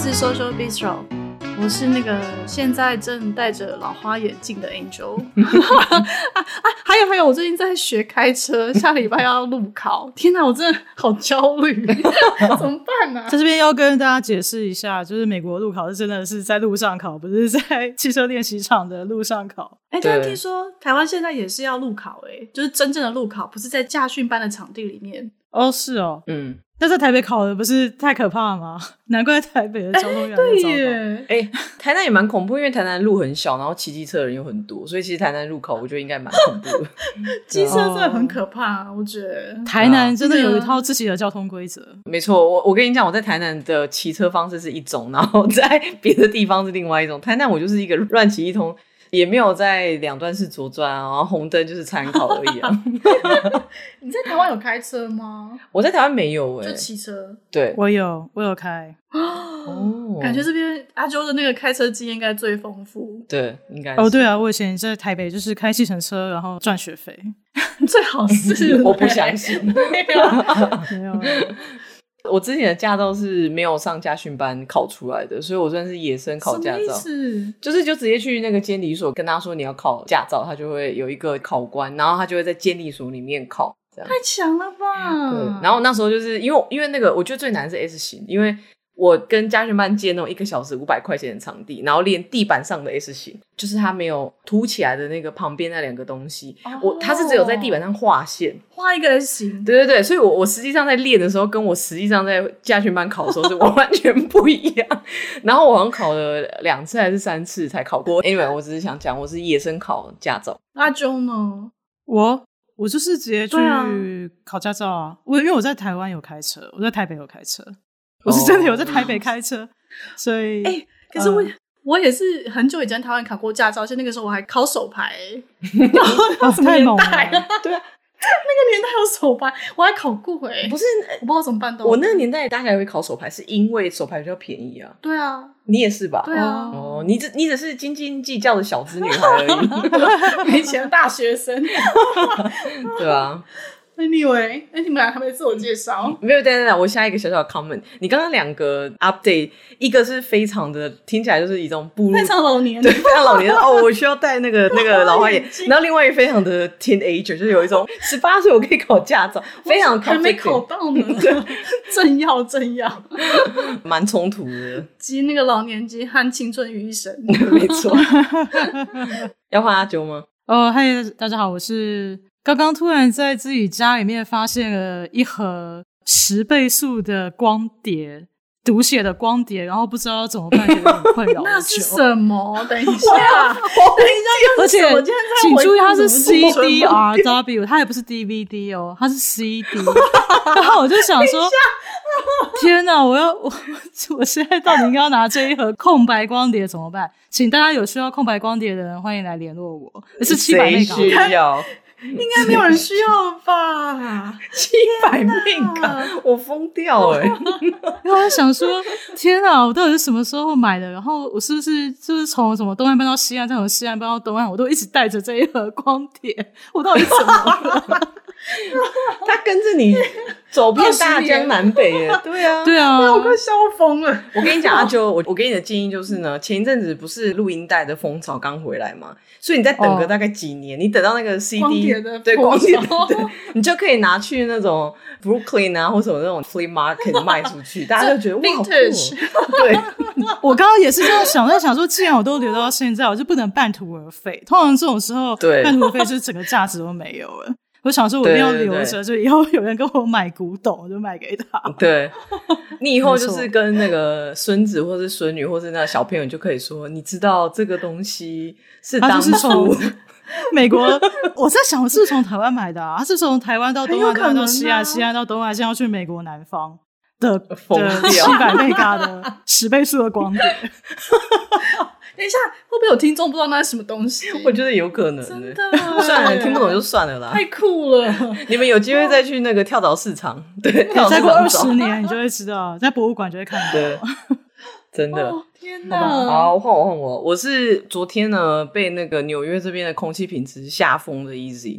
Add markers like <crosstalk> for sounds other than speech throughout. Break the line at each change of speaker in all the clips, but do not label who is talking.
是 Social Bistro，我是那个现在正戴着老花眼镜的 Angel。啊啊，还有还有，我最近在学开车，下礼拜要路考。天哪，我真的好焦虑，怎么办呢、
<laughs> 在这边要跟大家解释一下，就是美国路考是真的是在路上考，不是在汽车练习场的路上考。
哎、但
对
听说台湾现在也是要路考、哎，就是真正的路考，不是在驾训班的场地里面。
哦，是哦，
嗯，
那在台北考的不是太可怕吗？ <laughs> 难怪台北的交通越来越糟糕。，
哎、台南也蛮恐怖，因为台南路很小，然后骑机车的人又很多，所以其实台南路考我觉得应该蛮恐怖的。 <laughs>
机车真的很
哦
可怕，我觉得。
台南真的
啊
有一套自己的交通规则，
嗯
没错，我我跟你讲，我在台南的骑车方式是一种，然后在别的地方是另外一种。台南我就是一个乱骑一通，也没有在两段式左转啊，然后红灯就是参考而已啊。 <laughs>
你在台湾有开车吗？
我在台湾没有哎、
就骑车，
对，
我有我有开，
哦
感觉这边阿周的那个开车经验应该最丰富，
对，应该是
哦，，对啊，我以前在台北就是开计程车，然后赚学费。
<laughs> 最好是
<laughs>
<laughs> 啊
我不相信。
哦
没有，
我之前的驾照是没有上驾训班考出来的，所以我算是野生考驾
什么意
照。
思？
就是就直接去那个监理所跟他说你要考驾照，他就会有一个考官，然后他就会在监理所里面考这样。
太强了吧！
对，然后那时候就是因为我因为那个我觉得最难是 S 型，因为我跟家训班借那种一个小时五百块钱的场地，然后练地板上的 S 型，就是它没有凸起来的那个旁边那两个东西，
哦
我它是只有在地板上画线。
画一个 S 型，
对对对，所以我我实际上在练的时候，跟我实际上在家训班考的时候是完全不一样。然后我好像考了两次还是三次才考过。Anyway，我只是想讲，我是野生考驾照。
阿哦周呢？
我我就是直接
对啊
去考驾照啊。我因为我在台湾有开车，我在台北有开车，我是真的有在台北开车，所以
哦嗯哎可是我、
嗯
我也是很久以前台湾考过驾照，而且那个时候我还考手
<laughs>
牌、
啊
哦
太猛了，
<laughs>
对啊，
那个年代有手牌，我还考过哎、
不
是
是
我不知道怎么办到。
我那个年代大家也会考手牌，是因为手牌比较便宜啊。
对啊，
你也是吧？
对啊，
哦，你只你只是斤斤计较的小资女孩而已，
<laughs> 没钱的大学生。 <laughs>
对啊。
Anyway，那你哎们俩还没自我介绍？
没有，等等等，我下一个小小的 comment。你刚刚两个 update，一个是非常的听起来就是一种步入
非常老年，
<laughs> 对非常老年人哦，我需要戴那个那个老花眼
眼镜，
然后另外一个非常的 teenager，就是有一种十八岁我可以考驾照，非常
还没
conflicted，
考到
<laughs>
呢， <laughs> 正要正要，
蛮冲突的，
集那个老年机和青春于一
<laughs>
身。
没错。要换阿啾吗？
哦，嗨，大家好，我是刚刚突然在自己家里面发现了一盒十倍速的光碟，读写的光碟，然后不知道怎么办，觉得很困
<laughs>
扰很久。
那是什
<laughs>
么？等一下，等一下，
而且
我今天在
请
回
注意，
顾
它是
怎么做
CDRW，它也不是 DVD 哦，它是 CD。然后我就想
<laughs>
说，天哪，我要我我现在到底应该要拿这一盒空白光碟怎么办？请大家有需要空白光碟的人，欢迎来联络我。是七百那
谁
个
需要？
应该没有人需要
<laughs>
吧？
七百命港，我疯掉哎、
然后我想说，天啊，我到底是什么时候买的？然后我是不是就是从什么东岸搬到西岸，再从西岸搬到东岸，我都一直带着这一盒光碟，我到底怎么了？
他跟着你走遍大江南北哎、 <laughs> 对啊，
对啊，
我快笑疯了。
我跟你
<laughs>
讲，阿啾，我我给你的建议就是呢，前一阵子不是录音带的风潮刚回来嘛，所以你再等个
哦
大概几年，你等到那个 CD
光碟的
对
风
光碟的
潮，
对你就可以拿去那种 Brooklyn 啊或什么那种 flea market 卖
<laughs>
出去，大家就觉得哇好酷
vintage
哦，对，
我刚刚也是这样想，在想说，既然我都留到现在，我就不能半途而废。通常这种时候，
对
半途而废就是整个价值都没有了。我想说，我一定要
对对
留
对
着，就以后有人跟我买古董，我就卖给他。
对，你以后就
没错
是跟那个孙子或是孙女或是那小朋友，你就可以说，你知道这个东西是
他
啊
当
就是
初
从美国， <laughs> 我在想，我是不是从台湾买的啊，他是从台湾到东
很有
岸，
可
东岸
能啊
到西岸，西岸到东岸，现在要去美国南方的
疯
的
掉
<laughs>
七百倍嘎的十倍速的光碟。
等一下，会不会有听众不知道那是什么东西？
<laughs> 我觉得有可能、
真
欸。
的
算了，听不懂就算了啦。
太酷
<laughs>
了。
你们有机会再去那个跳蚤市场，对，跳蚤
再
市
过
场
二
找
十，年，你就会知道，在博物馆就会看到。
对，真的。
哦天
好吧
哪！
好，换我换我，我是昨天呢被那个纽约这边的空气品质吓疯的 Easy，、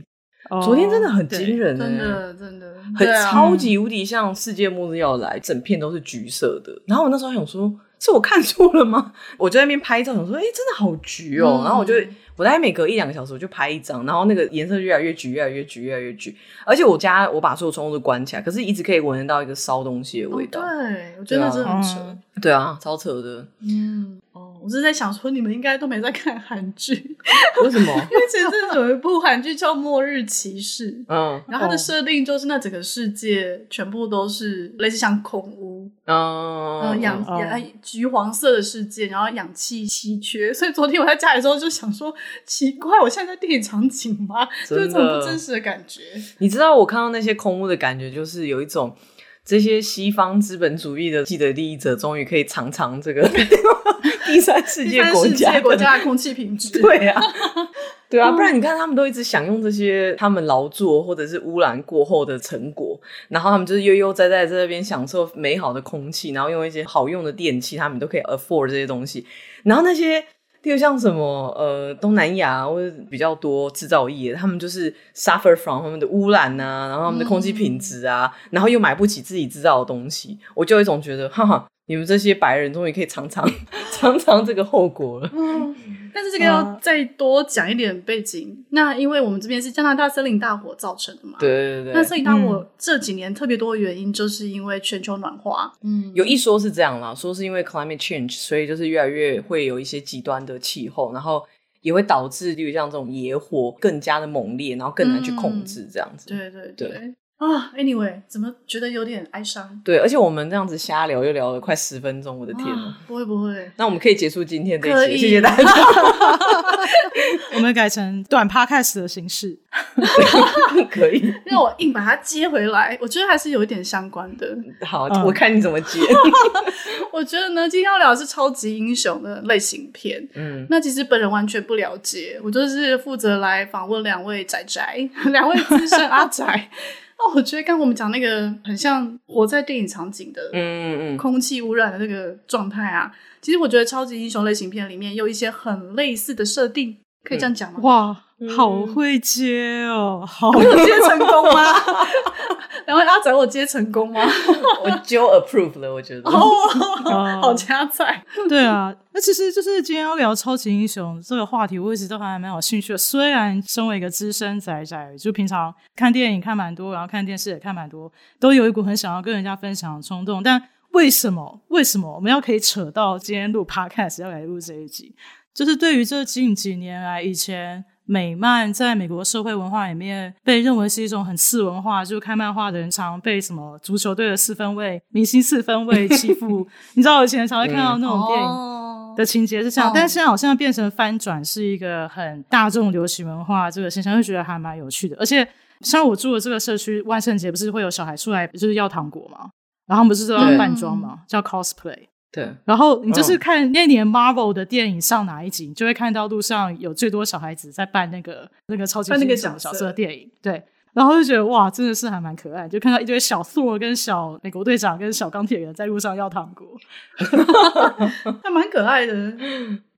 哦
昨天真的很惊
对
人、欸，
真的真的，
很
对啊
超级无敌像世界末日要来，整片都是橘色的。然后我那时候还想说，是我看错了吗？ <laughs> 我就在那边拍照，想说，哎、真的好橘哦、
嗯
然后我就我大概每隔一两个小时我就拍一张，然后那个颜色越来越橘，越来越橘，越来越橘。而且我家我把所有窗户都关起来，可是一直可以闻得到一个烧东西的味道。
哦对，我觉得
对啊
那真的很扯。
对啊，超扯的。
嗯，哦，我是在想说，你们应该都没在看韩剧，因
为
<laughs>
什么？
为前阵子有一部韩剧叫《末日骑士》，
嗯，
然后它的设定就是那整个世界全部都是类似像空屋，
哦，
呃，
嗯，
氧
哦
氧橘黄色的世界，然后氧气稀缺，所以昨天我在家里的时候就想说，奇怪，我现在在电影场景吗？就
真的
是这种不真实的感觉。
你知道我看到那些空屋的感觉，就是有一种这些西方资本主义的既得利益者，终于可以尝尝这个 <laughs> 第三世
第
界
三
国
世
家
界
的
国家的空气品质，
<laughs> 对啊，对啊，不然你看他们都一直享用这些他们劳作或者是污染过后的成果，然后他们就是悠悠哉哉在那边享受美好的空气，然后用一些好用的电器，他们都可以 afford 这些东西。然后那些，例如像什么呃东南亚或者比较多制造业，他们就是 suffer from 他们的污染啊，然后他们的空气品质啊，然后又买不起自己制造的东西，我就有一种觉得，哈哈，你们这些白人终于可以尝 <laughs> 尝尝尝这个后果了。
嗯，但是这个要再多讲一点背景。那因为我们这边是加拿大森林大火造成的嘛，。
对对嗯对，
那森林大火这几年特别多的原因，就是因为全球暖化，嗯，
有一说是这样啦，说是因为 climate change，所以就是越来越会有一些极端的气候，然后也会导致，例如像这种野火更加的猛烈，然后更难去控制这样子。
对对对
对
啊，anyway，怎么觉得有点哀伤？
对而且我们这样子瞎聊又聊了快十分钟，我的天呐！
啊，不会不会，
那我们可以结束今天这
可
一
以
集，谢谢大家。 <laughs>
我们改成短 podcast 的形式，
可以，
让我硬把它接回来，我觉得还是有一点相关的。
好，
嗯
我看你怎么
<laughs>
接。
我觉得呢，今天要聊的是超级英雄的类型片。
嗯，
那其实本人完全不了解，我就是负责来访问两位宅宅， <laughs> 两位资深阿宅。 <laughs> 那我觉得刚刚我们讲那个很像活在电影场景的
嗯嗯嗯，
空气污染的那个状态啊，其实我觉得超级英雄类型片里面有一些很类似的设定，可以这样讲吗？
哇，好会接哦，好
我有接成功
<laughs>
吗？两位阿宅，我接成功吗？
我就 approve 了，我觉得。
哦，好加载。
对啊，那其实就是今天要聊超级英雄这个话题，我一直都还蛮有兴趣的。虽然身为一个资深宅宅，就平常看电影看蛮多，然后看电视也看蛮多，都有一股很想要跟人家分享的冲动。但为什么？为什么我们要可以扯到今天录 podcast 要来录这一集？就是对于这近几年来，以前美漫在美国社会文化里面被认为是一种很次文化，就是看漫画的人常被什么足球队的四分卫、明星四分卫欺负。你知道我以前常会看到那种电影
哦
的情节是这样，
哦
但是现在好像变成翻转是一个很大众流行文化这个现象，就觉得还蛮有趣的。而且像我住的这个社区，万圣节不是会有小孩出来就是要糖果嘛，然后他们不是都要
对
扮装
嗯
嘛，叫 cosplay。
对，
然后你就是看那年 Marvel 的电影上哪一集，你就会看到路上有最多小孩子在扮那个那个超级
扮那个
英雄
角色
角色的电影，对。然后就觉得哇，真的是还蛮可爱，就看到一堆小 Thor 跟小美国队长跟小钢铁人在路上要糖果，
还蛮可爱的。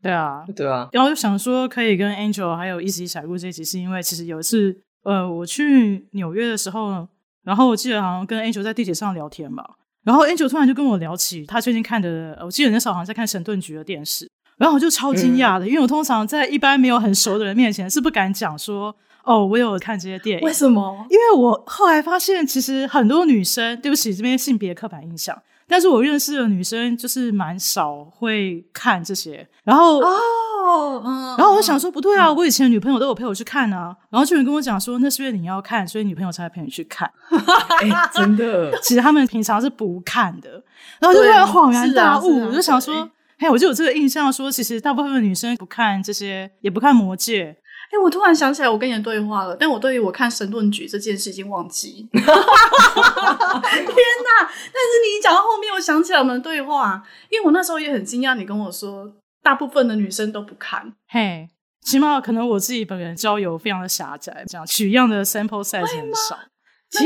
对啊。
对啊，
然后就想说可以跟 Angel 还有一起一起来录这一集，是因为其实有一次呃我去纽约的时候，然后我记得好像跟 Angel 在地铁上聊天吧，然后 Angel 突然就跟我聊起他最近看的，呃我记得那时候好像在看神盾局的电视，然后我就超惊讶的，因为我通常在一般没有很熟的人面前是不敢讲说，哦，我有看这些电影
为，什么？
因为我后来发现其实很多女生，对不起这边性别刻板印象，但是我认识的女生就是蛮少会看这些，然后
哦，嗯。
然后我就想说，不对啊，我以前的女朋友都有陪我去看啊，然后就有人跟我讲说，那是因为你要看，所以女朋友才会陪你去看。
哎、真的，
其实他们平常是不看的，然后就突
对
然恍然大悟，
是啊是啊
我就想
对
说，嘿，我就有这个印象说，其实大部分的女生不看这些，也不看《魔戒
哎、我突然想起来我跟你的对话了，但我对于我看神盾局这件事已经忘
<laughs>
记。天哪！但是你一讲到后面，我想起来我们的对话，啊因为我那时候也很惊讶，你跟我说大部分的女生都不看，》，
嘿。起码可能我自己本人交友非常的狭窄，这样取样的 sample size 很少。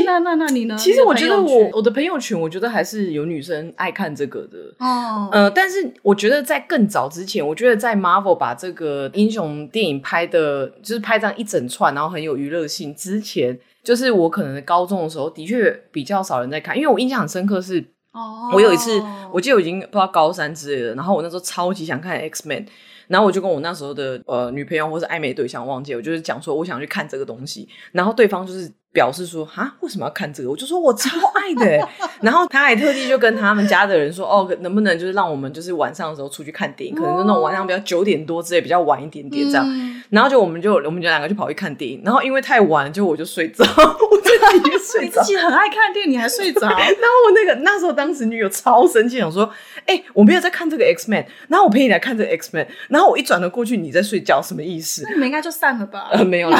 那那那那你呢？
<laughs> 其实我觉得
你的朋
我
友圈
我的朋友圈，我觉得还是有女生爱看这个的。
哦，
呃，但是我觉得在更早之前，我觉得在 Marvel 把这个英雄电影拍的，就是拍这样一整串，然后很有娱乐性之前，就是我可能高中的时候，的确比较少人在看，因为我印象很深刻是，
哦
我有一次，我记得我已经不知道高三之类的，然后我那时候超级想看 X Man，然后我就跟我那时候的呃女朋友或是暧昧对象，忘记了，我就是讲说我想去看这个东西，然后对方就是表示说啊为什么要看这个？我就说我超爱的
<laughs>
欸、然后他还特地就跟他们家的人说哦能不能就是让我们就是晚上的时候出去看电影，可能就那种晚上比较九点多之类比较晚一点点这样，
嗯
然后就我们就我们就两个就跑去看电影，然后因为太晚了，就我就睡着，我自己就睡
你
着
自。己很爱看电影，你还睡着？
<laughs> 然后我那个那时候当时女友超生气，想说：“哎、我没有在看这个 X Man，然后我陪你来看这个 X Man，然后我一转头过去你在睡觉，什么意思
那你们应该就散了吧？”？
呃，没有 <laughs> 啦，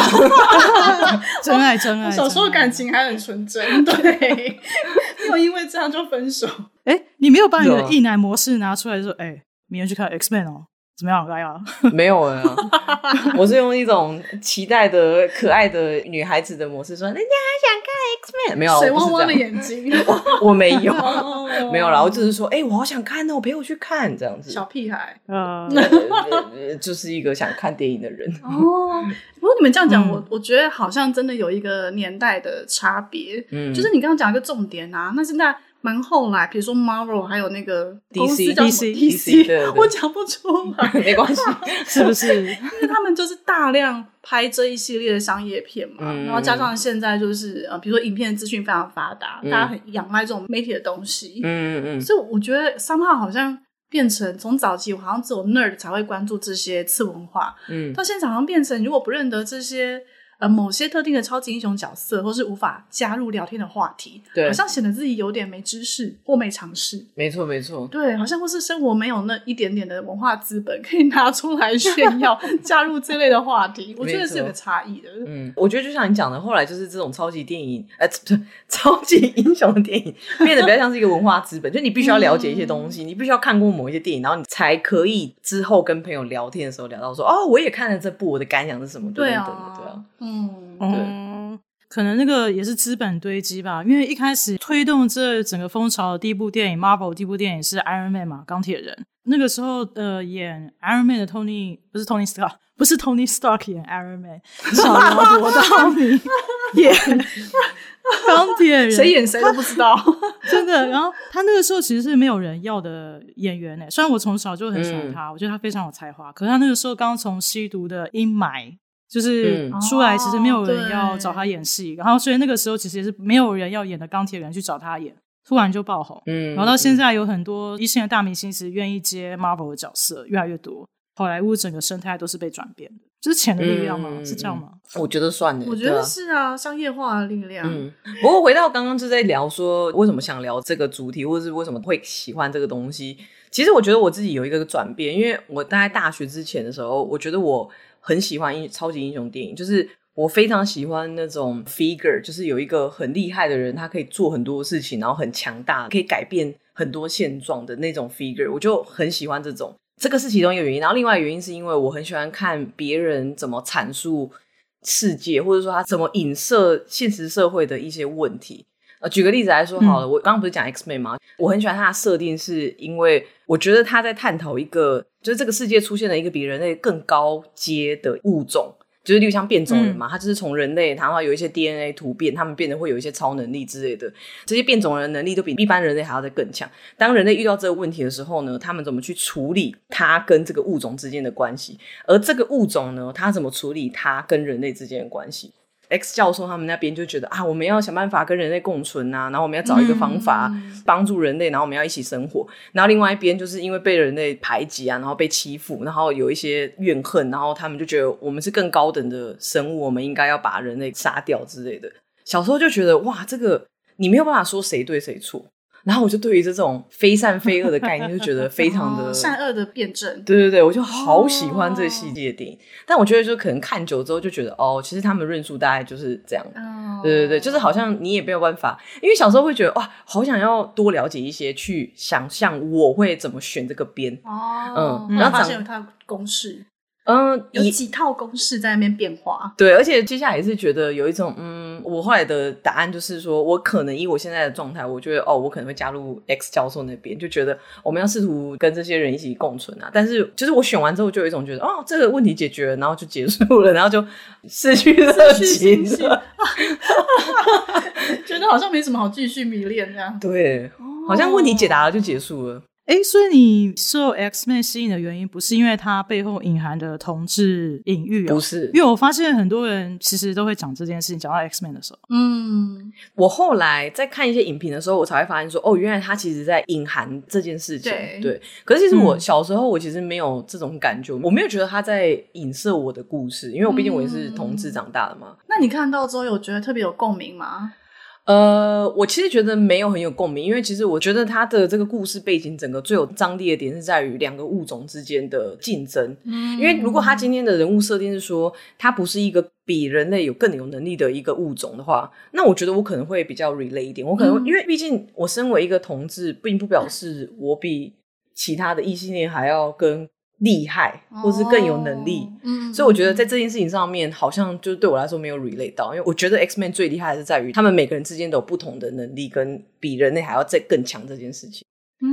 真爱真爱。
小时候
真爱
感情还很纯 <laughs> 真，对，没有因为这样就分手。
哎、你没有把你
有
的
啊
意男模式拿出来说，哎、明天去看 X Man 哦，怎么样？来啊！ <laughs>
没有啊，我是用一种期待的可爱的女孩子的模式说：“人家还想看 X Man，没有啊，
水
我
汪
不是
汪的
这样
眼睛，
<laughs> 我没有，
哦
没有啦，我只是说：“哎、我好想看哦，陪我去看这样
<laughs>
子。
小屁孩。
呃，
呃”呃就是一个想看电影的人， <laughs>
哦，不过你们这样讲，
嗯
我我觉得好像真的有一个年代的差别，
嗯，
就是你刚刚讲一个重点啊，那现在蛮后来，比如说 Marvel 还有那个公司
DC
叫
DC
对
DC，
对
我讲不出来，
没关系，
是不是？
因为他们就是大量拍这一系列的商业片嘛，
嗯
然后加上现在就是呃，比如说影片资讯非常发达，
嗯
大家很仰赖这种媒体的东西，
嗯嗯
所以我觉得三号好像变成从早期我好像只有 nerd 才会关注这些次文化，
嗯
到现在好像变成如果不认得这些。呃，某些特定的超级英雄角色，或是无法加入聊天的话题，
对
好像显得自己有点没知识或没尝试。
没错没错，
对，好像或是生活没有那一点点的文化资本可以拿出来炫
<laughs>
耀，加入这类的话题，我觉得是有个差异的。
嗯，我觉得就像你讲的，后来就是这种超级电影，呃，不是 <laughs> 超级英雄的电影，变得比较像是一个文化资本，就你必须要了解一些东西，你必须要看过某一些电影，然后你才可以之后跟朋友聊天的时候聊到说，哦，我也看了这部，我的感想是什么，
对
等等的，对
啊
啊，，
嗯，
嗯，可能那个也是资本堆积吧，因为一开始推动这整个风潮的第一部电影，Marvel 第一部电影是 Iron Man 嘛，钢铁人。那个时候，呃，演 Iron Man 的 Tony 不是 Tony Stark，不 <laughs> 是 Tony Stark 演 Iron Man，小罗伯道尼 <laughs> 演钢铁人，
谁演谁都不知
<laughs>
道。
真的。然后他那个时候其实是没有人要的演员呢、欸虽然我从小就很喜
嗯
欢他，我觉得他非常有才华，可是他那个时候刚从吸毒的阴霾。就是
嗯
出来，其实没有
哦
人
对
要找他演戏，然后所以那个时候其实也是没有人要演的钢铁人去找他演，突然就爆红，
嗯，
然后到现在有很多一线的大明星其实愿意接 Marvel 的角色越来越多，好莱坞整个生态都是被转变的，就是钱的力量吗？
嗯
是这样吗？
我觉得算了，
我觉
对
得
啊
是啊，商业化的力量。
嗯，不过回到刚刚就在聊说为什么想聊这个主题，或者是为什么会喜欢这个东西。其实我觉得我自己有一个转变，因为我大概大学之前的时候，我觉得我很喜欢英超级英雄电影，就是我非常喜欢那种 figure，就是有一个很厉害的人，他可以做很多事情，然后很强大，可以改变很多现状的那种 figure，我就很喜欢这种。这个是其中一个原因，然后另外一个原因是因为我很喜欢看别人怎么阐述世界，或者说他怎么影射现实社会的一些问题。呃，举个例子来说好了，我刚刚不是讲 X Men 吗？我很喜欢它的设定，是因为我觉得他在探讨一个，就是这个世界出现了一个比人类更高阶的物种，就是例如像变种人嘛，他就是从人类，然后有一些 DNA 突变，他们变得会有一些超能力之类的。这些变种人能力都比一般人类还要再更强。当人类遇到这个问题的时候呢，他们怎么去处理它跟这个物种之间的关系？而这个物种呢，它怎么处理它跟人类之间的关系？X 教授他们那边就觉得啊，我们要想办法跟人类共存啊，然后我们要找一个方法
嗯
帮助人类，然后我们要一起生活。然后另外一边就是因为被人类排挤啊，然后被欺负，然后有一些怨恨，然后他们就觉得我们是更高等的生物，我们应该要把人类杀掉之类的。小时候就觉得哇，这个你没有办法说谁对谁错。然后我就对于这种非善非恶的概念就觉得非常的
哦善恶的哦辩证。
对对对，我就好喜欢这系列电影。但我觉得就可能看久之后就觉得，哦，其实他们论述大概就是这样。
哦
对对对，就是好像你也没有办法，因为小时候会觉得哇，好想要多了解一些，去想象我会怎么选这个边。
哦，
嗯
然
然
后
后
发
长
现有它的公式，
嗯，
有
也
几套公式在那边变化。
对，而且接下来也是觉得有一种，嗯，我后来的答案就是说，我可能以我现在的状态，我觉得哦，我可能会加入 X 教授那边，就觉得我们要试图跟这些人一起共存啊。但是就是我选完之后，就有一种觉得哦，这个问题解决了，然后就结束了，然后就失去热
失去信
情
心
了。
觉得好像没什么好继续迷恋这样。
对，
哦，
好像问题解答了就结束了。
哎，所以你受 X Man 吸引的原因，不是因为它背后隐含的同志隐喻哦
不，是
因为我发现很多人其实都会讲这件事情，讲到 X Man 的时候，
嗯，
我后来在看一些影评的时候，我才会发现说，哦，原来他其实在隐含这件事情。
对
可是其实我
嗯
小时候我其实没有这种感觉，我没有觉得他在影射我的故事，因为我毕竟我也是同志长大的嘛。
那你看到之后有觉得特别有共鸣吗？
呃，我其实觉得没有很有共鸣，因为其实我觉得他的这个故事背景整个最有张力的点是在于两个物种之间的竞争。
嗯
因为如果他今天的人物设定是说他不是一个比人类有更有能力的一个物种的话，那我觉得我可能会比较 relate 一点。我可能、
嗯
因为毕竟我身为一个同志，并不表示我比其他的异性恋还要更厉害，或是更有能力。
哦，嗯，
所以我觉得在这件事情上面，好像就对我来说没有 relate 到，因为我觉得 X Man 最厉害的是在于他们每个人之间都有不同的能力，跟比人类还要再更强这件事情。
嗯，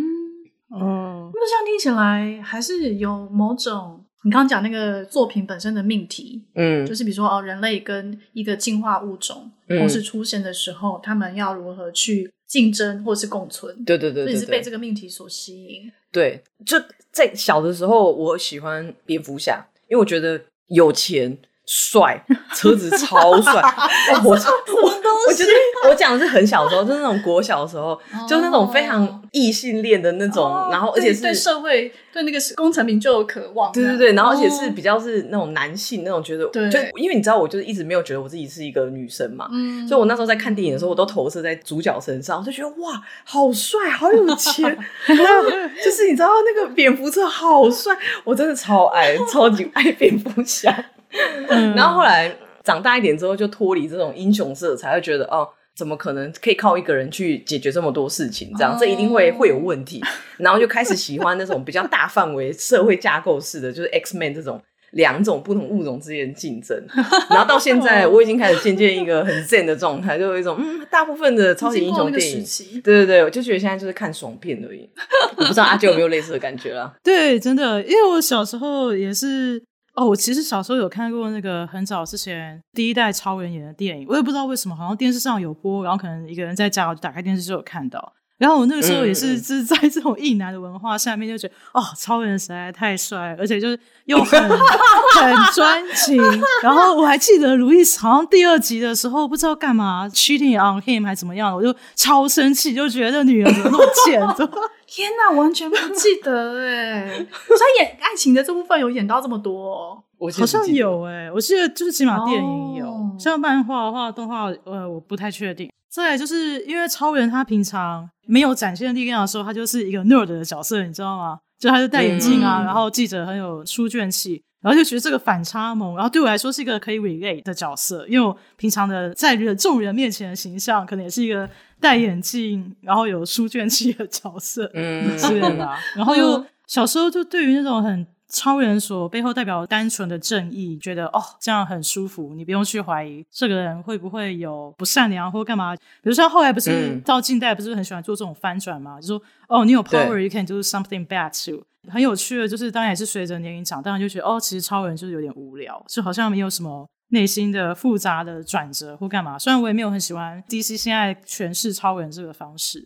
嗯，
那这样听起来还是有某种你刚刚讲那个作品本身的命题，
嗯
就是比如说哦，人类跟一个进化物种
嗯
同时出现的时候，他们要如何去竞争或是共存？
对对
所
对对
以
对，
你是被这个命题所吸引。
对，就在小的时候，我喜欢蝙蝠侠，因为我觉得有钱、帅，车子超
<laughs>
帅。哦我超我我觉
啊
得我讲的是很小的时候，就是那种国小的时候，就是那种非
哦
常异性恋的那种，
哦
然后而且
对
是
对社会对那个功成名就有渴望，
对
这
对
样
对，然后而且是
哦
比较是那种男性那种觉得，
对
就因为你知道，我就是一直没有觉得我自己是一个女生嘛，
嗯，
所以我那时候在看电影的时候，我都投射在主角身上，我就觉得哇，好帅，好有钱，然后就是你知道那个蝙蝠车好帅，我真的超爱，超级爱蝙蝠侠。
嗯
嗯
然后后来长大一点之后，就脱离这种英雄色彩，会觉得哦。怎么可能可以靠一个人去解决这么多事情？这样，
哦
这一定会会有问题。然后就开始喜欢那种比较大范围社会架构式的，就是 X Man 这种两种不同物种之间的竞争。然后到现
哦
在，我已经开始渐渐一个很 zen 的状态，就有一种嗯，大部分的超级英
经过
雄
那个
电
时
影。
期，
对对对，我就觉得现在就是看爽片而已，我不知道阿舅有没有类似的感觉啦。
对，真的，因为我小时候也是。哦，我其实小时候有看过那个很早之前第一代超人演的电影，我也不知道为什么，好像电视上有播，然后可能一个人在家，我就打开电视就有看到。然后我那个时候也
嗯嗯
是就是在这种异男的文化下面，就觉得哦，超人实在太帅了，而且就是又很
<laughs>
很专情。然后我还记得《如意》好像第二集的时候，不知道干嘛 cheating on him 还怎么样，我就超生气，就觉得女人怎么那么贱， <laughs> 怎么
天哪，完全不记
<laughs>
得哎，所以演爱情的这部分有演到这么多哦，
我其实
好
不记
像
得，
有哎、我记得就是起码电影有，
哦
像漫画的话，动画呃我不太确定。再来就是因为超人他平常没有展现力量的时候，他就是一个 nerd 的角色，你知道吗？就他就戴眼镜啊，
嗯
然后记者很有书卷气，然后就觉得这个反差萌，然后对我来说是一个可以 relate 的角色，因为我平常的在人众人面前的形象，可能也是一个戴眼镜，然后有书卷气的角色。
嗯，
之类的啊、 <laughs> 然后又
嗯
小时候就对于那种很超人所背后代表单纯的正义，觉得哦这样很舒服，你不用去怀疑这个人会不会有不善良或干嘛。比如说后来不是、
嗯
到近代不是很喜欢做这种翻转嘛，就说哦你有
对
power you can do something bad too。很有趣的就是，当然也是随着年龄长大，就觉得哦，其实超人就是有点无聊，就好像没有什么内心的复杂的转折或干嘛。虽然我也没有很喜欢 DC 现在诠释超人这个方式，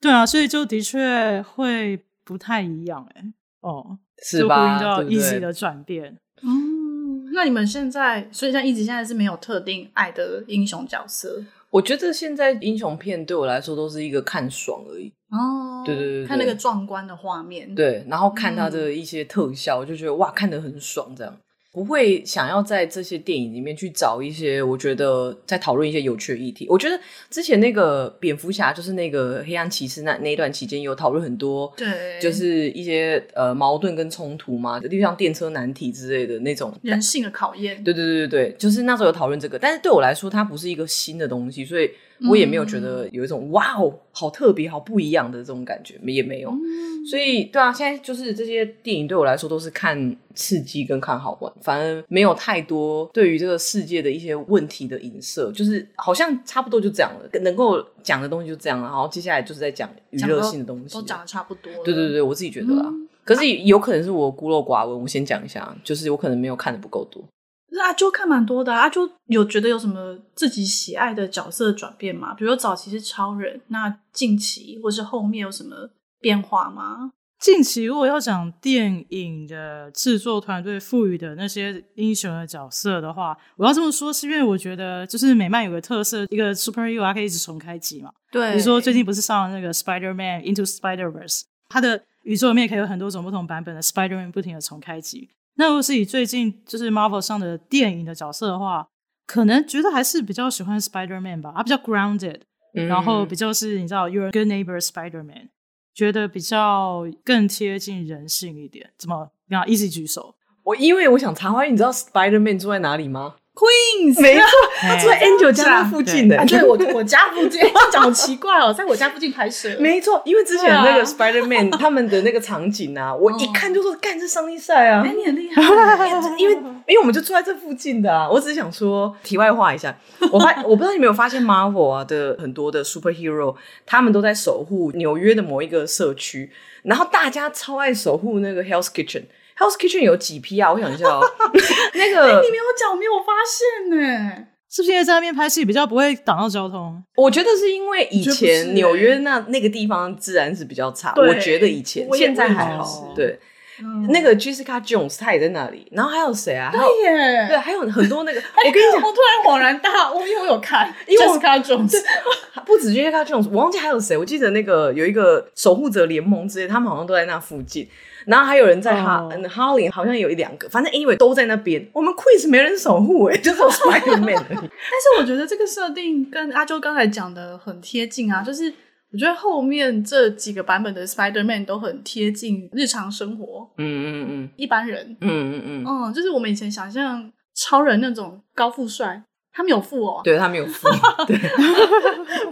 对啊，所以就的确会不太一样哎、哦，
是
就呼
吧？
应到
对不对
Easy 的转变。
嗯，那你们现在，所以像一直现在是没有特定爱的英雄角色
我觉得现在英雄片对我来说都是一个看爽而已，
哦，
对对对对
看那个壮观的画面，，
对，然后看它的一些特效，我就觉得哇，看得很爽，这样不会想要在这些电影里面去找一些我觉得在讨论一些有趣的议题。我觉得之前那个蝙蝠侠就是那个黑暗骑士那那一段期间有讨论很多，
对
就是一些呃矛盾跟冲突嘛，例如像电车难题之类的那种。
人性的考验，
对对对对对，就是那时候有讨论这个，但是对我来说它不是一个新的东西，所以我也没有
嗯
觉得有一种、哇哦，好特别、好不一样的这种感觉，也没有。
嗯，
所以，对啊，现在就是这些电影对我来说都是看刺激跟看好玩，反而没有太多对于这个世界的一些问题的影射，就是好像差不多就这样了，能够讲的东西就这样了。然后接下来就是在讲娱
讲到
乐性的东西
都
了。
讲的嗯差不多了，
对对对，我自啊己觉得啦。可是有可能是我孤陋寡闻，我先讲一下，就是我可能没有看的不够多。
可是阿啾看蛮多的、啊，阿啾有觉得有什么自己喜爱的角色转变吗？比如说早期是超人，那近期或是后面有什么变化吗？
近期如果要讲电影的制作团队赋予的那些英雄的角色的话，我要这么说，是因为我觉得就是美漫有个特色，一个 superhero 它可以一直重开机嘛。
对
比如说最近不是上了那个 Spider Man Into Spider Verse，它的宇宙里面可以有很多种不同版本的 Spider Man 不停的重开机。那如果是以最近就是 Marvel 上的电影的角色的话，可能觉得还是比较喜欢 Spider Man 吧，他啊比较 grounded，然后
嗯
比较是你知道 Your Good Neighbor Spider Man，觉得比较更贴近人性一点。怎么样？一直举手。
我因为我想插话，你知道 Spider Man 住在哪里吗？
Queens
没错，
哎
他
啊
住在 Angel
这
家
样
那附近
<laughs>
的、
啊，哎对我我家附近， <laughs> 讲好奇怪哦，在我家附近拍摄，
没错，因为之前
对啊
那个
<laughs>
Spider Man 他们的那个场景啊，我一看就说干这上帝赛啊
哎、，你很厉害，哎
<laughs> 因为因为我们就住在这附近的啊。我只是想说题外话一下，我
<laughs>
发我不知道你们有发现 Marvel 啊的很多的 superhero，他们都在守护纽约的某一个社区，然后大家超爱守护那个 Hell's Kitchen。Hell's Kitchen 有几批啊？我想
<laughs>
一下哦，那个
哎你没有讲，我没有发现呢、
是不是因为在那边拍戏比较不会挡到交通？
我觉得是因为以
我觉得不是欸
前纽约那那个地方治安是比较差，
对
我觉得以前
我也
现在还
我也觉
好。
得是
对，
嗯
那个 Jessica Jones 她也在那里，然后还有谁啊？还有
对耶，
对，还有很多
<laughs>
那个，
我
我跟你讲，
我突然恍然大悟，因为我有看，
<laughs> 因为我
Jessica Jones，
不止 Jessica Jones，我忘记还有谁，我记得那个有一个守护者联盟之类，他们好像都在那附近，然后还有人在哈、
哦
嗯哈林，好像有一两个，反正 anyway 都在那边。我们 Quiz 没人守护哎、欸，就 <laughs> 只有 Spider Man
<laughs>
而
<laughs> 但
已。
是我觉得这个设定跟阿周刚才讲的很贴近啊，就是我觉得后面这几个版本的 Spider Man 都很贴近日常生活
嗯嗯嗯
一般人，
嗯嗯嗯，
嗯，就是我们以前想象超人那种高富帅，他们有富哦，
对他没有付，
<laughs>
对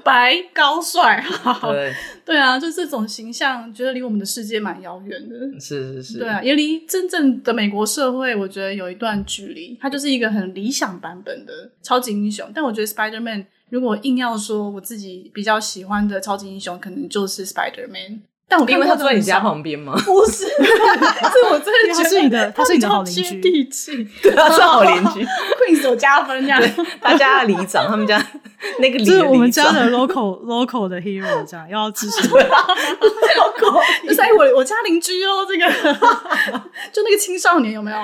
白高
<laughs>
帅，哈哈
对，
对啊，就这种形象，觉得离我们的世界蛮遥远的。
是是是，
对啊，也离真正的美国社会，我觉得有一段距离。它就是一个很理想版本的超级英雄，但我觉得 Spider Man 如果硬要说我自己比较喜欢的超级英雄，可能就是 Spider Man。但我看
因为
过
他住在你
的
家
很少，
旁边嘛，
不是， <laughs> 是我真的觉
他
得
是你的他是你的
比较
好邻居
接地气
对，他是好邻居，
，Queen 有加分这样。 <laughs>
他家的里长，他们家那个里
就
的
是我们
里
家
长
的 local <laughs> local 的 hero 这样，要支 <laughs> 持。
就是哎，我我家邻居哦，这个 <laughs> 就那个青少年有没有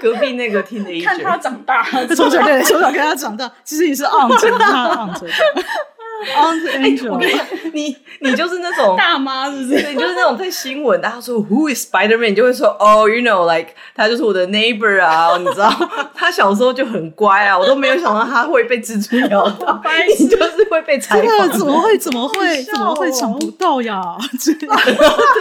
隔壁那个 t e e n a
看他长大？ <laughs>
从小对从小跟他长大，其实也是 on 着他 on 着，on <laughs> 着 angel。
你你就是那种
大妈是不是？
对，就是那种在新闻，大家说 Who is Spider-Man，你就会说 Oh, you know, like 他就是我的 neighbor 啊，你知道，他小时候就很乖啊，我都没有想到他会被蜘蛛咬
<laughs>
到，你就是会被采
这
访
个。怎么会怎么会
笑哦
怎么会抢不到呀？这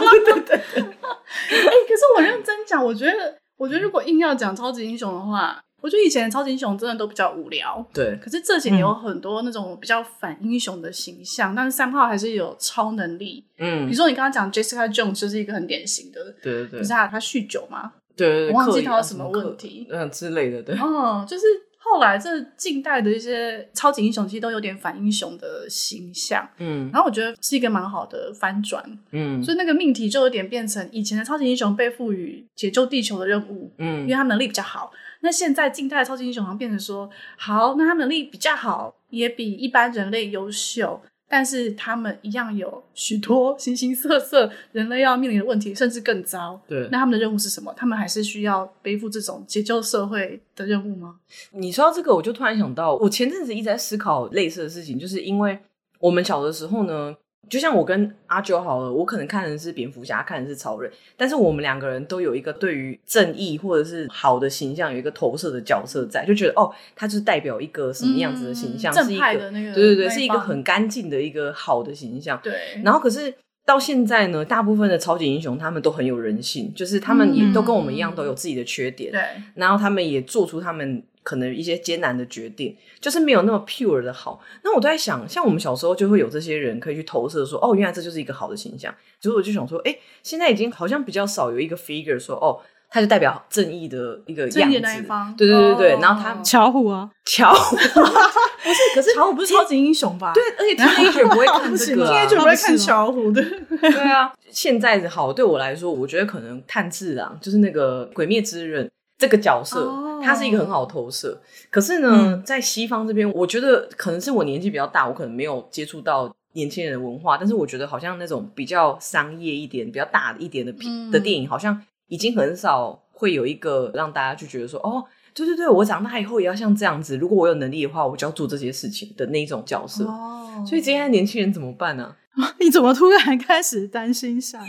哎、可是我认真讲，我觉得，我觉得如果硬要讲超级英雄的话，我觉得以前的超级英雄真的都比较无聊。
对，
可是这几年有很多那种比较反英雄的形象，但是三号还是有超能力。比
嗯
如，说你刚刚讲 Jessica Jones 就是一个很典型的，
对对对
不是他他酗酒嘛，
对
我忘记啊他有什么问，题。
嗯之类的，对，
嗯，就是后来这近代的一些超级英雄其实都有点反英雄的形象，
嗯
然后我觉得是一个蛮好的翻转。
嗯
所以那个命题就有点变成以前的超级英雄被赋予解救地球的任务，因为
嗯，
他能力比较好。那现在近代的超级英雄好像变成说，好，那他能力比较好，也比一般人类优秀，但是他们一样有许多形形色色人类要面临的问题，甚至更糟。
对
那他们的任务是什么？他们还是需要背负这种解救社会的任务吗？
你说到这个，我就突然想到，我前阵子一直在思考类似的事情，就是因为我们小的时候呢，就像我跟阿九好了，我可能看的是蝙蝠侠，看的是超人，但是我们两个人都有一个对于正义或者是好的形象有一个投射的角色在，就觉得哦，他就是代表一个什么样子的形象，
嗯
是一
正
个
派的那个
对对对，
那一
是一个
方
很干净的一个好的形象。
对，
然后可是到现在呢，大部分的超级英雄他们都很有人性，就是他们也都跟我们一样
嗯
都有自己的缺点，
对，
然后他们也做出他们可能一些艰难的决定，就是没有那么 pure 的好。那我都在想，像我们小时候就会有这些人可以去投射说，哦，原来这就是一个好的形象。所以我就想说，哎，现在已经好像比较少有一个 figure 说，哦，他就代表正义的一个
正
样
义
子。
的那一
<laughs>
方
对对对对，
哦
然后他
<laughs> 巧虎啊，
乔，不是，可是
巧虎不是超级英雄
<laughs>
吧？
对，而且 teenager 不会看这个、啊，
，teenager 不会
他
看
不是
巧虎的。
<laughs>
对啊，现在好对我来说，我觉得可能炭治郎就是那个《鬼灭之刃》，这个角色
哦，
他是一个很好的投射。可是呢，
嗯
在西方这边，我觉得可能是我年纪比较大，我可能没有接触到年轻人的文化，但是我觉得好像那种比较商业一点、比较大一点的片、
嗯
的电影，好像已经很少会有一个让大家去觉得说，哦，对对对，我长大以后也要像这样子，如果我有能力的话，我就要做这些事情的那一种角色。
哦，
所以今天的年轻人怎么办啊呢、
你怎么突然开始担心上？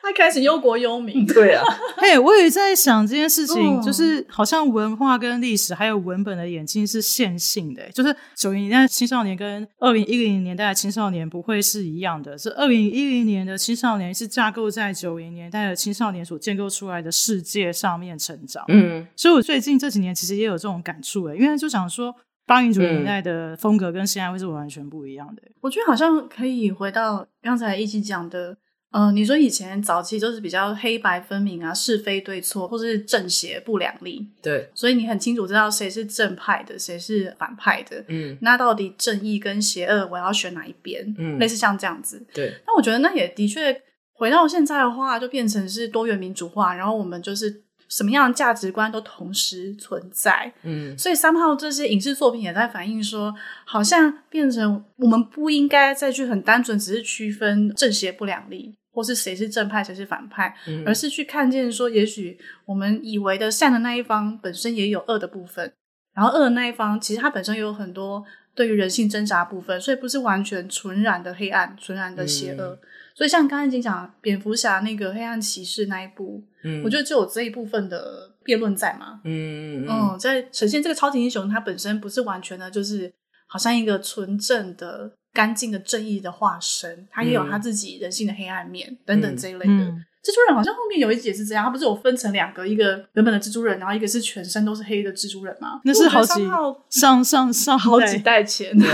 他开始忧国忧民，
对啊，
嘿我也在想这件事情，
嗯
就是好像文化跟历史还有文本的演进是线性的、就是九零年代青少年跟二零一零年代的青少年不会是一样的，是二零一零年的青少年是架构在九零年代的青少年所建构出来的世界上面成长。
嗯，
所以我最近这几年其实也有这种感触诶、欸因为就想说八零九零年
嗯
代的风格跟现在会是完全不一样的、
我觉得好像可以回到刚才一起讲的，呃，你说以前早期就是比较黑白分明啊，是非对错，或是正邪不两立，
对，
所以你很清楚知道谁是正派的，谁是反派的。
嗯，
那到底正义跟邪恶，我要选哪一边？
嗯
类似像这样子。
对，
那我觉得那也的确，回到现在的话，就变成是多元民主化，然后我们就是什么样的价值观都同时存在。
嗯，
所以三号这些影视作品也在反映说，好像变成我们不应该再去很单纯只是区分正邪不两立，或是谁是正派谁是反派，
嗯
而是去看见说，也许我们以为的善的那一方本身也有恶的部分，然后恶的那一方其实它本身也有很多对于人性挣扎的部分，所以不是完全纯然的黑暗、纯然的邪
嗯
恶。所以像刚才已经讲蝙蝠侠那个黑暗骑士那一部，
嗯
我觉得就有这一部分的辩论在嘛。
嗯嗯嗯
嗯，在呈现这个超级英雄，它本身不是完全的，就是好像一个纯正的、干净的正义的化身，它也有
嗯
它自己人性的黑暗面等等这一类的。
嗯，
蜘蛛人好像后面有一集也是这样，它不是有分成两个，一个原本的蜘蛛人，然后一个是全身都是黑的蜘蛛人吗？
那是好几
我觉得3号
上上上
好
代
几代前
对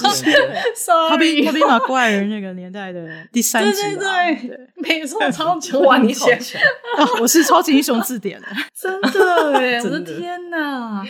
这是
<laughs> ，sorry，
他比他比马怪人那个年代的第三集啊
对
吧。
对对，没错，超久
哇，
以
你好
前，
<laughs> 强！
<laughs> 啊我是超级英雄字典的。
真的耶，我的
真的
天哪！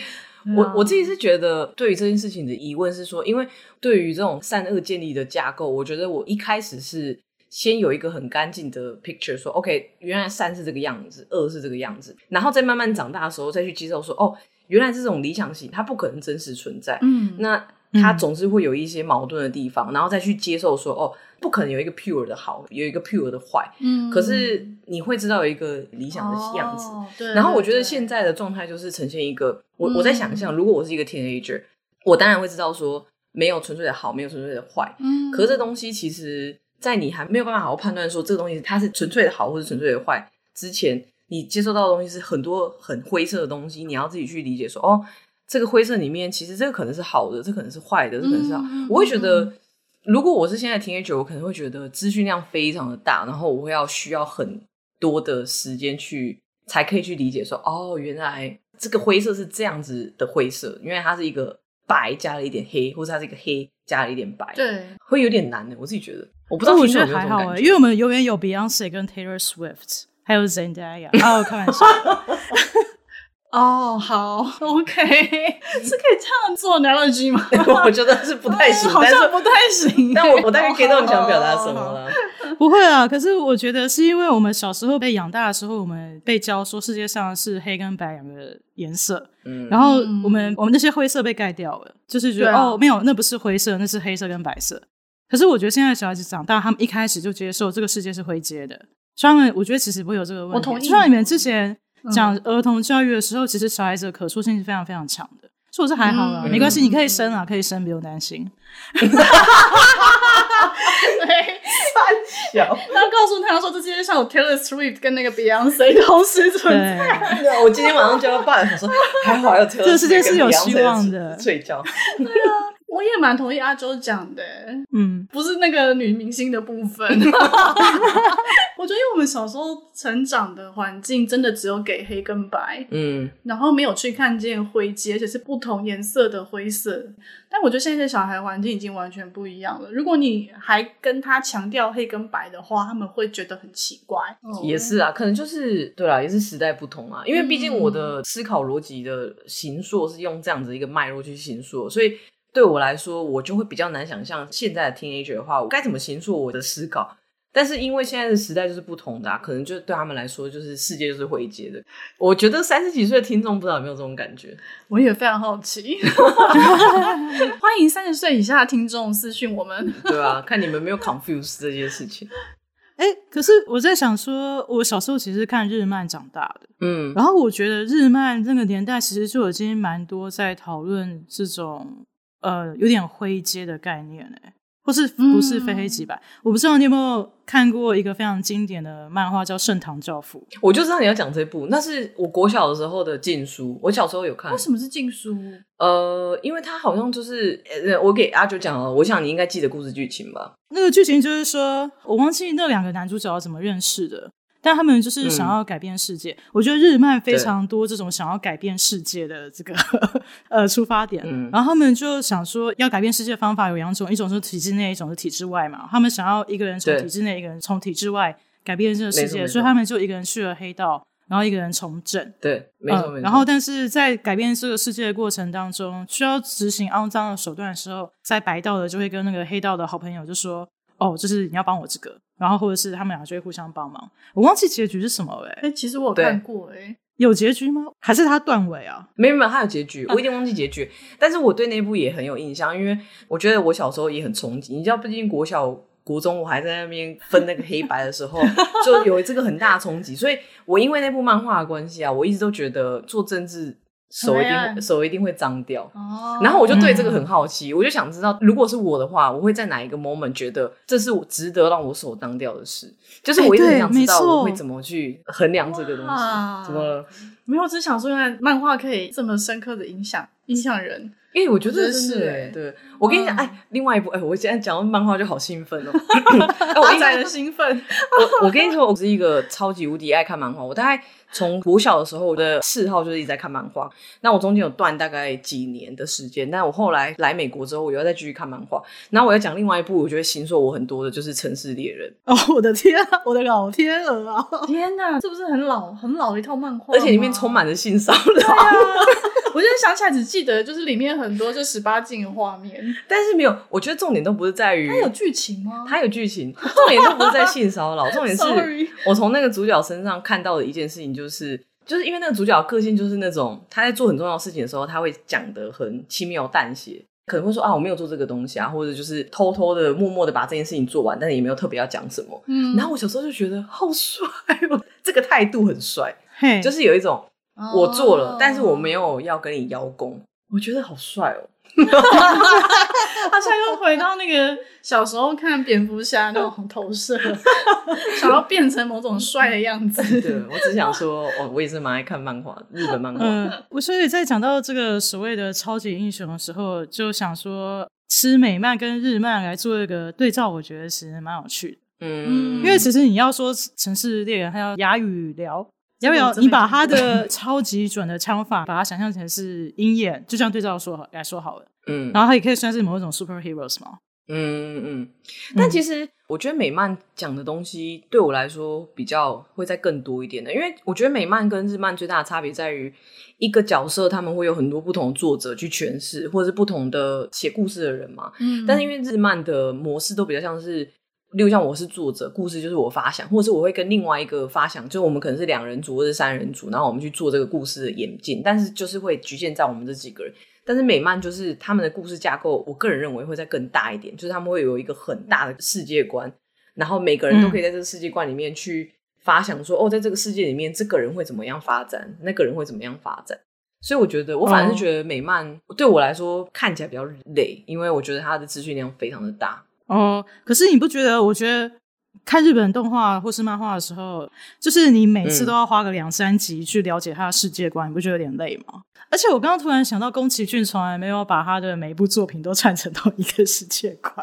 我我自己是觉得，对于这件事情的疑问是说，因为对于这种善恶建立的架构，我觉得我一开始是先有一个很干净的 picture，说 OK，原来善是这个样子，恶是这个样子，然后再慢慢长大的时候再去接受说，哦，原来这种理想型它不可能真实存在，
嗯，
那它总是会有一些矛盾的地方，然后再去接受说，哦，不可能有一个 pure 的好，有一个 pure 的坏，
嗯
可是你会知道有一个理想的样子。
哦对
然后我觉得
对
现
对
在的状态就是呈现一个，我
嗯
我在想象，如果我是一个 teenager，我当然会知道说没有纯粹的好，没有纯粹的坏。
嗯，
可是这东西其实，在你还没有办法好好判断说这个东西它是纯粹的好或是纯粹的坏之前，你接收到的东西是很多很灰色的东西，你要自己去理解说，哦，这个灰色里面其实这个可能是好的，这可能是坏的，这可能是好。
嗯嗯
啊我会觉
嗯
得，如果我是现在 teenager，我可能会觉得资讯量非常的大，然后我会要需要很多的时间去才可以去理解说，哦，原来这个灰色是这样子的灰色，因为它是一个。白加了一点黑，或者它是一个黑加了一点白，
对，
会有点难的，我自己觉得，我 <laughs> 不知
但
道
我
听
觉
众有
得
没有这
还
种
好
感
欸
觉。
因为我们永远有 Beyonce 跟 Taylor Swift，还有 Zendaya。啊，我开玩
<laughs>
笑。
哦，好，OK，是
<laughs>
可以这样做 analogy 吗？
我觉得是不
哎
太行，
<laughs> 好
但
像
是
不太行。
<laughs> 但我我大概 get 到你想表达什
哦
么了。
不会啊，可是我觉得是因为我们小时候被养大的时候，我们被教说世界上是黑跟白两个颜色，
嗯，
然后
嗯
我们、我们那些灰色被盖掉了，就是觉得、
对啊
哦，没有，那不是灰色，那是黑色跟白色。可是我觉得现在小孩子长大，他们一开始就接受这个世界是灰阶的，所以他们我觉得其实不会有这个问题。
我同意
就像你们之前
嗯
讲儿童教育的时候，其实小孩子的可塑性是非常非常强的，所以我是还好啦，
嗯
没关系，你可以生啊，可以生，不用担心。
对，
<laughs> 小，
然后告诉他说，这世界上有 Taylor Swift 跟那个 Beyonce 同时存在。
对，
那我今天晚上就要办，我说还好还有这
这个世界是有希望的
睡觉，
我也蛮同意阿周讲的，
嗯，
不是那个女明星的部
<laughs>
分。我觉得，因为我们小时候成长的环境，真的只有给黑跟白，
嗯
然后没有去看见灰阶，而且是不同颜色的灰色。但我觉得现在的小孩环境已经完全不一样了。如果你还跟他强调黑跟白的话，他们会觉得很奇怪。
也是啊，可能就是对啦，也是时代不同啊，因为毕竟
嗯
我的思考逻辑的形塑是用这样子一个脉络去形塑，所以。对我来说，我就会比较难想象现在的 teenager 的话，我该怎么形塑我的思考？但是因为现在的时代就是不同的、啊，可能就对他们来说，就是世界就是灰阶的。我觉得三十几岁的听众不知道有没有这种感觉，
我也非常好
<laughs>
奇，欢迎三十岁以下的听众私讯我们。
对吧、看你们没有 confuse 这件事情。
哎、可是我在想说，我小时候其实看日漫长大的，
嗯，
然后我觉得日漫那个年代其实就已经蛮多在讨论这种呃有点灰阶的概念哎、或是不是非黑即白？我不知道你有没有看过一个非常经典的漫画叫《盛唐教父》，
我就知道你要讲这部，那是我国小的时候的禁书，我小时候有看
为。什么是禁书？
呃，因为它好像就是，呃，我给阿九讲了，我想你应该记得故事剧情吧？
那个剧情就是说，我忘记那两个男主角怎么认识的，但他们就是想要改变世界。我觉得日漫非常多这种想要改变世界的这个 <laughs> 呃出发点，
嗯
然后他们就想说，要改变世界的方法有两种，一种是体制内，一种是体制外嘛。他们想要一个人从
对
体制内，一个人从体制外改变这个世
没错没
界，
错
所以他们就一个人去了黑道，然后一个人从政。
对，没错、
嗯
没错。
然后，但是在改变这个世界的过程当中，需要执行肮脏的手段的时候，在白道的就会跟那个黑道的好朋友就说：“哦，就是你要帮我这个。”然后，或者是他们俩就会互相帮忙。我忘记结局是什么了、
哎、
欸，
其实我有
对
看过、哎，
有结局吗？还是他断尾啊？
没有没有，它有结局，我有点忘记结局。但是我对那部也很有印象，因为我觉得我小时候也很憧憬。你知道，毕竟国小、国中我还在那边分那个黑白的时
<laughs>
候，就有这个很大的冲击。所以我因为那部漫画的关系啊，我一直都觉得做政治手一
很黑暗
啊
定手一定会脏掉。
哦
然后我就对这个很好奇，我就想知道，如果是我的话，我会在哪一个 moment 觉得这是我值得让我手当掉的事？就是我一直
哎对
很想知道
没错
我会怎么去衡量这个东西。
哇
怎么了？
没有，我只是想说，原来漫画可以这么深刻的影响影响人。
哎、我觉
我觉
得
得
是
是
哎、
欸
对我跟你讲，
嗯
哎、另外一部，哎、我现在讲到漫画就好兴奋哦、哎我
阿
跟
仔
你
的兴
<laughs>
奋，
我我跟你说，我是一个超级无敌爱看漫画。我大概从国小的时候，我的嗜好就是一直在看漫画。那我中间有断大概几年的时间，但我后来来美国之后，我又再继续看漫画。然后我要讲另外一部，我觉得形塑我很多的就是《城市猎人
哦， <laughs> 我的天啊，我的老天鹅
<laughs>
啊！
天哪，哦这不是很老很老的一套漫画》，吗？
而且里面充满了性骚扰，
<laughs> 我现在想起来只记得就是里面很多就十八禁的画面，
但是没有，我觉得重点都不是在于
它有剧情吗？
它有剧情，重点都不是在性骚扰，重
<laughs>
点是
Sorry
我从那个主角身上看到的一件事情，就是就是因为那个主角的个性就是那种他在做很重要的事情的时候，他会讲得很轻描淡写。可能会说啊，我没有做这个东西啊，或者就是偷偷的、默默的把这件事情做完，但是也没有特别要讲什么。
嗯
然后我小时候就觉得好帅哦，这个态度很帅，
嘿，
就是是有一种我做
哦
哦
了，但是我没
有。
有要跟你邀功，我觉得好帅哦。
他现在又回到那 <laughs> 个小时候看蝙蝠侠那种投射， <laughs> 想要变成某种帅的样子。
对，我只想
<laughs>
说，哦我我也是蛮爱看漫画，日本漫画。
嗯，我所以在讲到这个所谓的超级英雄的时候，就想说，吃美漫跟日漫来做一个对照，我觉得其实蛮有趣的。
嗯，
嗯
因为其实你要说《城市猎人》，还有《哑语聊》，
这
哑
个
语
我
聊，
真
你
没
把
听过
他的超级准的枪法，把它想象成是鹰眼，就这样对照说好来说好了。
嗯
然后它也可以算是某一种 superheroes 嘛。
嗯嗯嗯，但其实我觉得美漫讲的东西对我来说比较会再更多一点的，因为我觉得美漫跟日漫最大的差别在于，一个角色他们会有很多不同的作者去诠释，或者是不同的写故事的人嘛。
嗯
但是因为日漫的模式都比较像是，例如像我是作者，故事就是我发想，或者是我会跟另外一个发想，就是我们可能是两人组或者是三人组，然后我们去做这个故事的演进，但是就是会局限在我们这几个人。但是美漫就是他们的故事架构，我个人认为会再更大一点，就是他们会有一个很大的世界观，然后每个人都可以在这个世界观里面去发想说，哦，在这个世界里面，这个人会怎么样发展，那个人会怎么样发展。所以我觉得，我反而是觉
哦
得美漫对我来说看起来比较累，因为我觉得它的资讯量非常的大。
哦，可是你不觉得？我觉得看日本动画或是漫画的时候，就是你每次
嗯
都要花个两三集去了解他的世界观，你不觉得有点累吗？而且我刚刚突然想到，宫崎骏从来没有把他的每一部作品都 <laughs> 串成同一个世界观，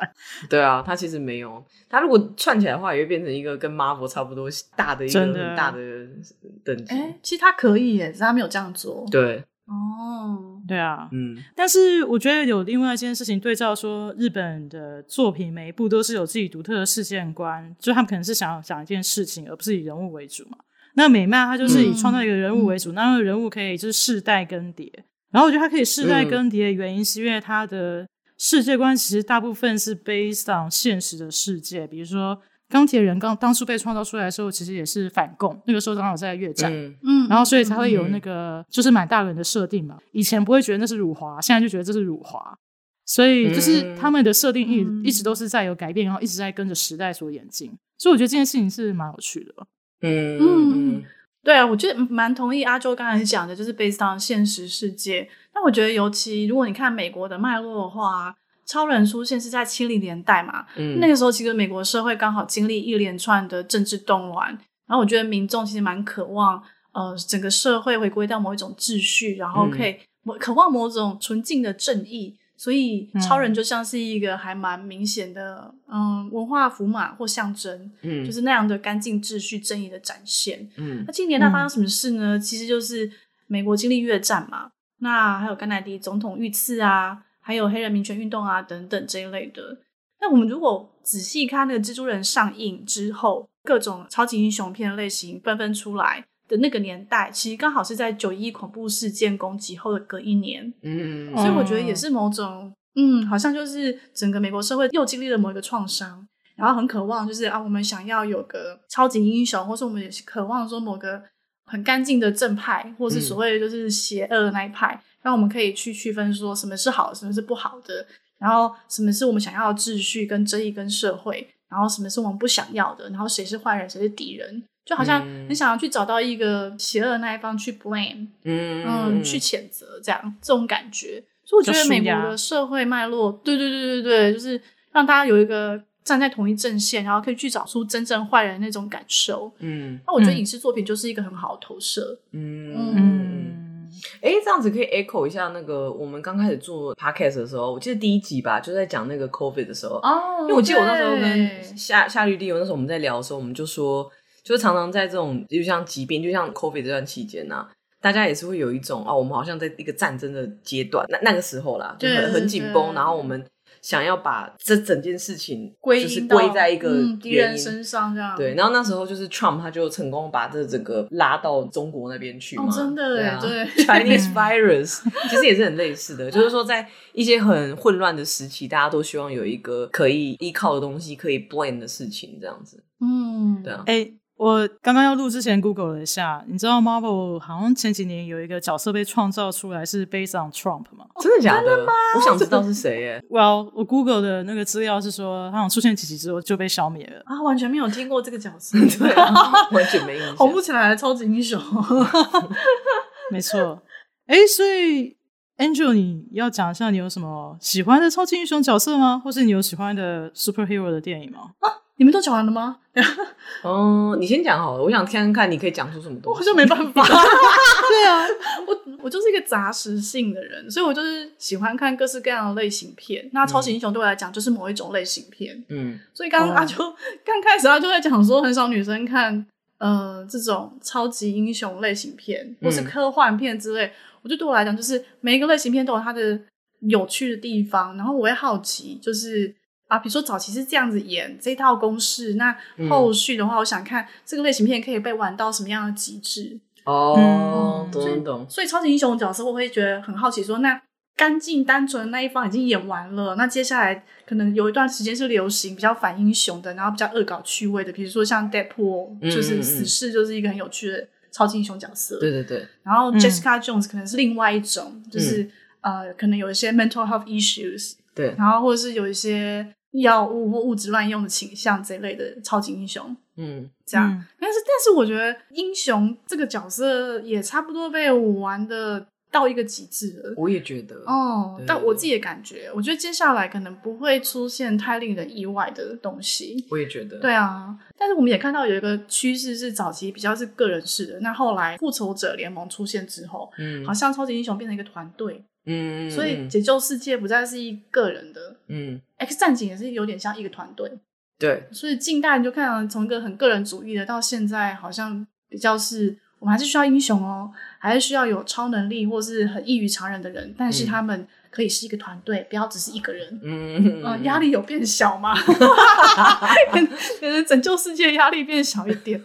对啊，它其实没有，它如果串起来的话，也会变成一个跟 Marvel 差不多大的一个
真
很
的
大的等级。
哎、其实他可以耶，只是他没有这样做。
对，
哦，
对啊，
嗯，
但是我觉得有另外一件事情对照说，日本的作品每一部都是有自己独特的事件观，就他们可能是想要讲一件事情，而不是以人物为主嘛。那美漫它就是以
嗯
创造一个人物为主，那那个人物可以就是世代更迭。然后我觉得它可以世代
嗯
更迭的原因，是因为它的世界观其实大部分是 based on 现实的世界，比如说钢铁人刚当初被创造出来的时候，其实也是反共，那个时候刚好在越战。
嗯，
嗯，
然后所以才会有
嗯
那个就是满大人的设定嘛。以前不会觉得那是辱华，现在就觉得这是辱华。所以就是
嗯
他们的设定一、
嗯
一直都是在有改变，然后一直在跟着时代所演进。所以我觉得这件事情是蛮有趣的。
嗯
嗯
嗯
对啊，我觉得蛮同意阿周刚才讲的，就是 based on 现实世界。但我觉得，尤其如果你看美国的脉络的话，超人出现是在七零年代嘛，
嗯，
那个时候其实美国社会刚好经历一连串的政治动乱，然后我觉得民众其实蛮渴望，呃，整个社会回归到某一种秩序，然后
嗯
可以某、渴望某种纯净的正义。所以
嗯
超人就像是一个还蛮明显的，嗯，文化符码或象征，
嗯
就是那样的干净、秩序、正义的展现。
嗯
那今年它发生什么事呢？其实就是美国经历越战嘛，那还有甘乃迪总统遇刺啊，还有黑人民权运动啊等等这一类的。那我们如果仔细看那个蜘蛛人上映之后，各种超级英雄片类型纷纷出来的那个年代，其实刚好是在九一恐怖事件攻击后的隔一年，
嗯，
所以
嗯
我觉得也是某种，嗯，好像就是整个美国社会又经历了某一个创伤，然后很渴望就是啊，我们想要有个超级英雄，或是我们也是渴望说某个很干净的正派，或是
嗯
所谓就是邪恶的那一派，让我们可以去区分说什么是好，什么是不好的，然后什么是我们想要的秩序跟正义跟社会，然后什么是我们不想要的，然后谁是坏人，谁是敌人。就好像
嗯
很想要去找到一个邪恶的那一方去 blame，
嗯
嗯，去谴责这样这种感觉。所以我觉得
就
美
舒
国
压
的社会脉络，对对对对对，就是让大家有一个站在同一阵线，然后可以去找出真正坏人的那种感受。
嗯
那我觉得
嗯
影视作品就是一个很好的投射。
嗯嗯，
嗯，
哎，这样子可以 echo 一下那个我们刚开始做 podcast 的时候，我记得第一集吧，就在讲那个 COVID 的时候，
哦，因
因为我记得我那时候跟夏夏绿蒂，我那时候我们在聊的时候，我们就说，就是常常在这种就像疾病，就像 COVID 这段期间呢、大家也是会有一种哦，我们好像在一个战争的阶段，那那个时候啦，就
对
很很紧
对
绷，然后我们想要把这整件事情
归
就是
因
归
到
在一个
嗯敌
原
人
因
身上这样。
对，然后那时候就是 Trump 他就成功把这整个拉到中国那边去嘛，
哦真的
对
耶
啊
对
<laughs> Chinese virus <laughs> 其实也是很类似的，就是说在一些很混乱的时期，大家都希望有一个可以依靠的东西，可以 blame 的事情，这样子，
嗯，
对啊，
哎、我刚刚要录之前 Google 了一下，你知道 Marvel 好像前几年有一个角色被创造出来是 based on Trump 吗
哦
真的假的？我想知道是
<laughs>
谁耶，
？Well，我 Google 的那个资料是说，他好像出现几集之后就被消灭了。
啊，完全没有听过这个角色，
<laughs> 对啊，完全没印
<laughs>
象
红。不起来的超级英
<laughs>
雄。
没错。哎，所以 Angel，你要讲一下你有什么喜欢的超级英雄角色吗？或是你有喜欢的 superhero 的电影吗？
你们都讲完了吗？
哦，你先讲好了，我想看看看你可以讲出什么
我
东
好
西。
像没办法。对啊，我 <laughs> 我就是一个杂食性的人，所以我就是喜欢看各式各样的类型片。那超级英雄对我来讲就是某一种类型片，
嗯
所以刚刚
哦
他就 <laughs> 刚开始他啊就在讲说，很少女生看呃这种超级英雄类型片或是
嗯
科幻片之类。我觉得对我来讲，就是每一个类型片都有它的有趣的地方，然后我会好奇，就是啊，比如说早期是这样子演这一套公式，那
嗯
后续的话，我想看这个类型片可以被玩到什么样的极致。
哦
嗯，
懂懂懂，
所以超级英雄角色我会觉得很好奇说那干净单纯的那一方已经演完了，那接下来可能有一段时间是流行比较反英雄的，然后比较恶搞趣味的，比如说像 Deadpool，
嗯
就是
嗯
死
嗯
侍就是一个很有趣的超级英雄角色。
对对嗯对，
然后
嗯
Jessica Jones 可能是另外一种，就是、呃，可能有一些 mental health issues，
对
然后或者是有一些药物或物质乱用的倾向这一类的超级英雄。
嗯
这样，但是，但是我觉得英雄这个角色也差不多被我玩的到一个极致了。
我也觉得，
哦
对，
但我自己的感觉，我觉得接下来可能不会出现太令人意外的东西。
我也觉得，
对啊，但是我们也看到有一个趋势是早期比较是个人式的，那后来复仇者联盟出现之后，
嗯，
好像超级英雄变成一个团队，
嗯，嗯，
所以
嗯
解救世界不再是一个人的。
嗯，
X 战警也是有点像一个团队，
对，
所以近代你就看到从一个很个人主义的，到现在好像比较是我们还是需要英雄哦，还是需要有超能力或是很异于常人的人，但是
嗯
他们可以是一个团队，不要只是一个人。
嗯
嗯，压力有变小吗？ <laughs> 可能可能拯救世界压力变小一点，
你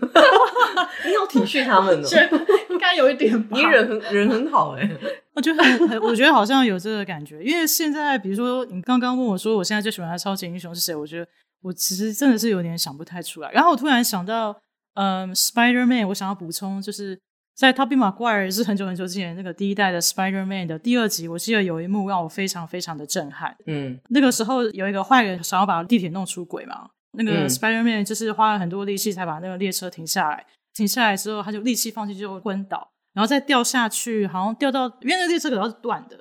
<laughs> 好体恤他们哦，
觉得 <laughs> 应该有一点吧。
<laughs> 你人很人很好哎、
我觉得很很，我觉得好像有这个感觉，因为现在比如说你刚刚问我说我现在最喜欢的超级英雄是谁，我觉得我其实真的是有点想不太出来。然后我突然想到，嗯，Spider Man，我想要补充，就是在《Tobey Maguire》是很久很久之前那个第一代的 Spider Man 的第二集，我记得有一幕让我非常非常的震撼。
嗯
那个时候有一个坏人想要把地铁弄出轨嘛，那个
嗯
Spider Man 就是花了很多力气才把那个列车停下来，停下来之后他就力气放弃就昏倒，然后再掉下去，好像掉到因为那个列车轨道是断的，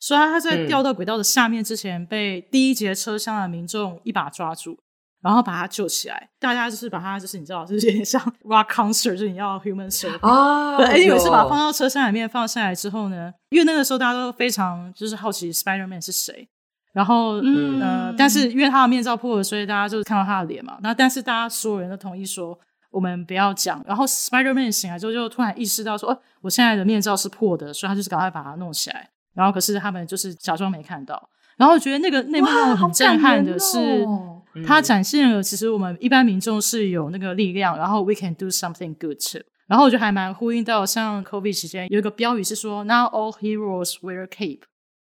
所以他在
嗯
掉到轨道的下面之前被第一节车厢的民众一把抓住。然后把他救起来，大家就是把他，就是你知道，就是有点像 rock concert，就是你要 human service
啊
<laughs> 对，而且有一次把它
有
放到车厢里面放下来之后呢，因为那个时候大家都非常就是好奇 Spider Man 是谁，然后、
嗯
呃，但是因为他的面罩破了，所以大家就是看到他的脸嘛。那但是大家所有人都同意说我们不要讲。然后 Spider Man 醒来之后就突然意识到说，哦，我现在的面罩是破的，所以他就是赶快把它弄起来。然后可是他们就是假装没看到。然后我觉得那个那幕让我很震撼
哦
的是，
嗯
它展现了其实我们一般民众是有那个力量，然后 we can do something good too。然后我觉得还蛮呼应到像 COVID 期间有一个标语是说 Not all heroes wear a cape，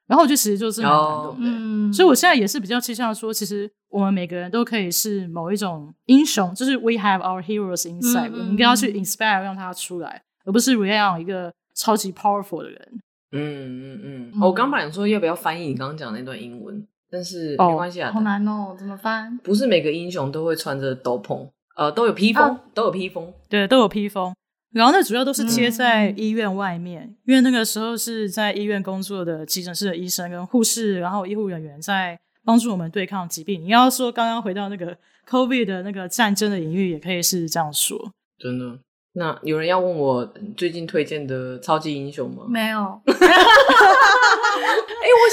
然后我觉得其实就是蛮感动的。
嗯，
所以我现在也是比较倾向说，其实我们每个人都可以是某一种英雄，就是 we have our heroes inside，、
嗯嗯
我们应该要去 inspire 让他出来，而不是 rely on 一个超级 powerful 的人。
嗯嗯嗯。
嗯
哦我刚本来说要不要翻译你刚刚讲的那段英文，但是
哦
没关系啊，
好难哦，怎么翻？
不是每个英雄都会穿着斗篷，呃，都有披风，
啊
都有披风。
对，都有披风。然后那主要都是贴在
嗯
医院外面，因为那个时候是在医院工作的急诊室的医生跟护士，然后医护人员在帮助我们对抗疾病。你要说刚刚回到那个 <laughs> COVID 的那个战争的隐喻，也可以是这样
<laughs>
说。
真的。那有人要问我嗯最近推荐的超级英雄吗？
没有，
哎、我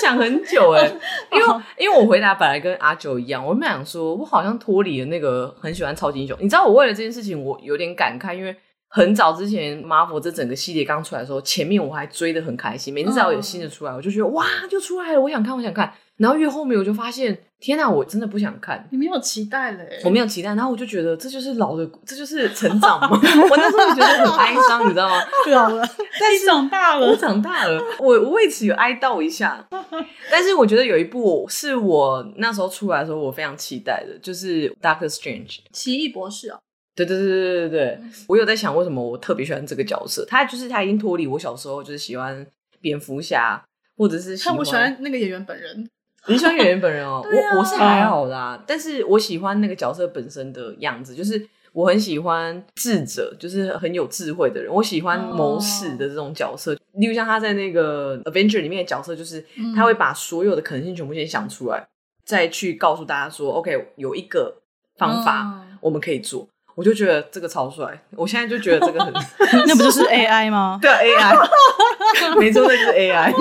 想很久哎、因为因为我回答本来跟阿九一样，我们想说，我好像脱离了那个很喜欢超级英雄。你知道，我为了这件事情，我有点感慨，因为很早之前 Marvel 这整个系列刚出来的时候，前面我还追得很开心，每次只要有新的出来，我就觉得哇，就出来了，我想看，我想看。然后越后面我就发现，天哪、我真的不想看。
你没有期待嘞
我没有期待，然后我就觉得这就是老的，这就是成长嘛。 <laughs> 我那时候就觉得很哀伤，你知道吗？
啊
老 <laughs> 了，但是长大
<laughs> 我，长大了，我我为此有哀悼一下。但是我觉得有一部是我那时候出来的时候我非常期待的，就是《Doctor Strange》。
奇异博士哦，
对对对对对对，我有在想为什么我特别喜欢这个角色，他就是他已经脱离我小时候就是喜欢蝙蝠侠，或者是喜
看
欢
我喜欢那个演员本人，
你喜欢演员本人哦
<laughs> ，对啊
我我是还好啦，但是我喜欢那个角色本身的样子，就是我很喜欢智者，就是很有智慧的人，我喜欢谋士的这种角色。例如像他在那个 Avenger 里面的角色，就是
嗯
他会把所有的可能性全部先想出来，再去告诉大家说，OK，有一个方法
嗯
我们可以做。我就觉得这个超帅，我现在就觉得这个很 <laughs>
那不就是 AI 吗？
对 AI，没错，那就是 AI。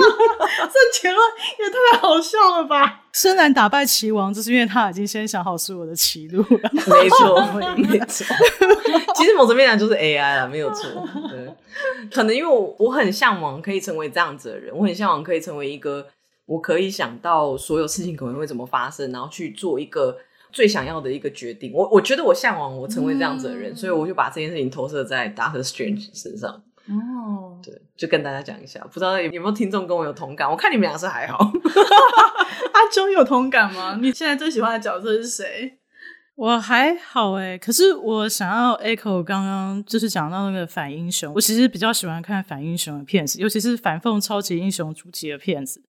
这结论也太好笑了
<laughs>
吧！
深蓝打败棋王，就是因为他已经先想好所有的棋路了。
没错， <laughs> 没错。其实某层面讲就是 AI 啦，没有错。对，可能因为我我很向往可以成为这样子的人，我很向往可以成为一个我可以想到所有事情可能会怎么发生，然后去做一个最想要的一个决定。我我觉得我向往我成为这样子的人，
嗯
所以我就把这件事情投射在 Doctor Strange 身上。
哦，
对，就跟大家讲一下，不知道有有没有听众跟我有同感？我看你们俩是还好，
阿周有同感吗？ <laughs> 你现在最喜欢的角色是谁？
我还好哎、可是我想要 echo 刚刚就是讲到那个反英雄，我其实比较喜欢看反英雄的片子，尤其是反讽超级英雄主题的片子。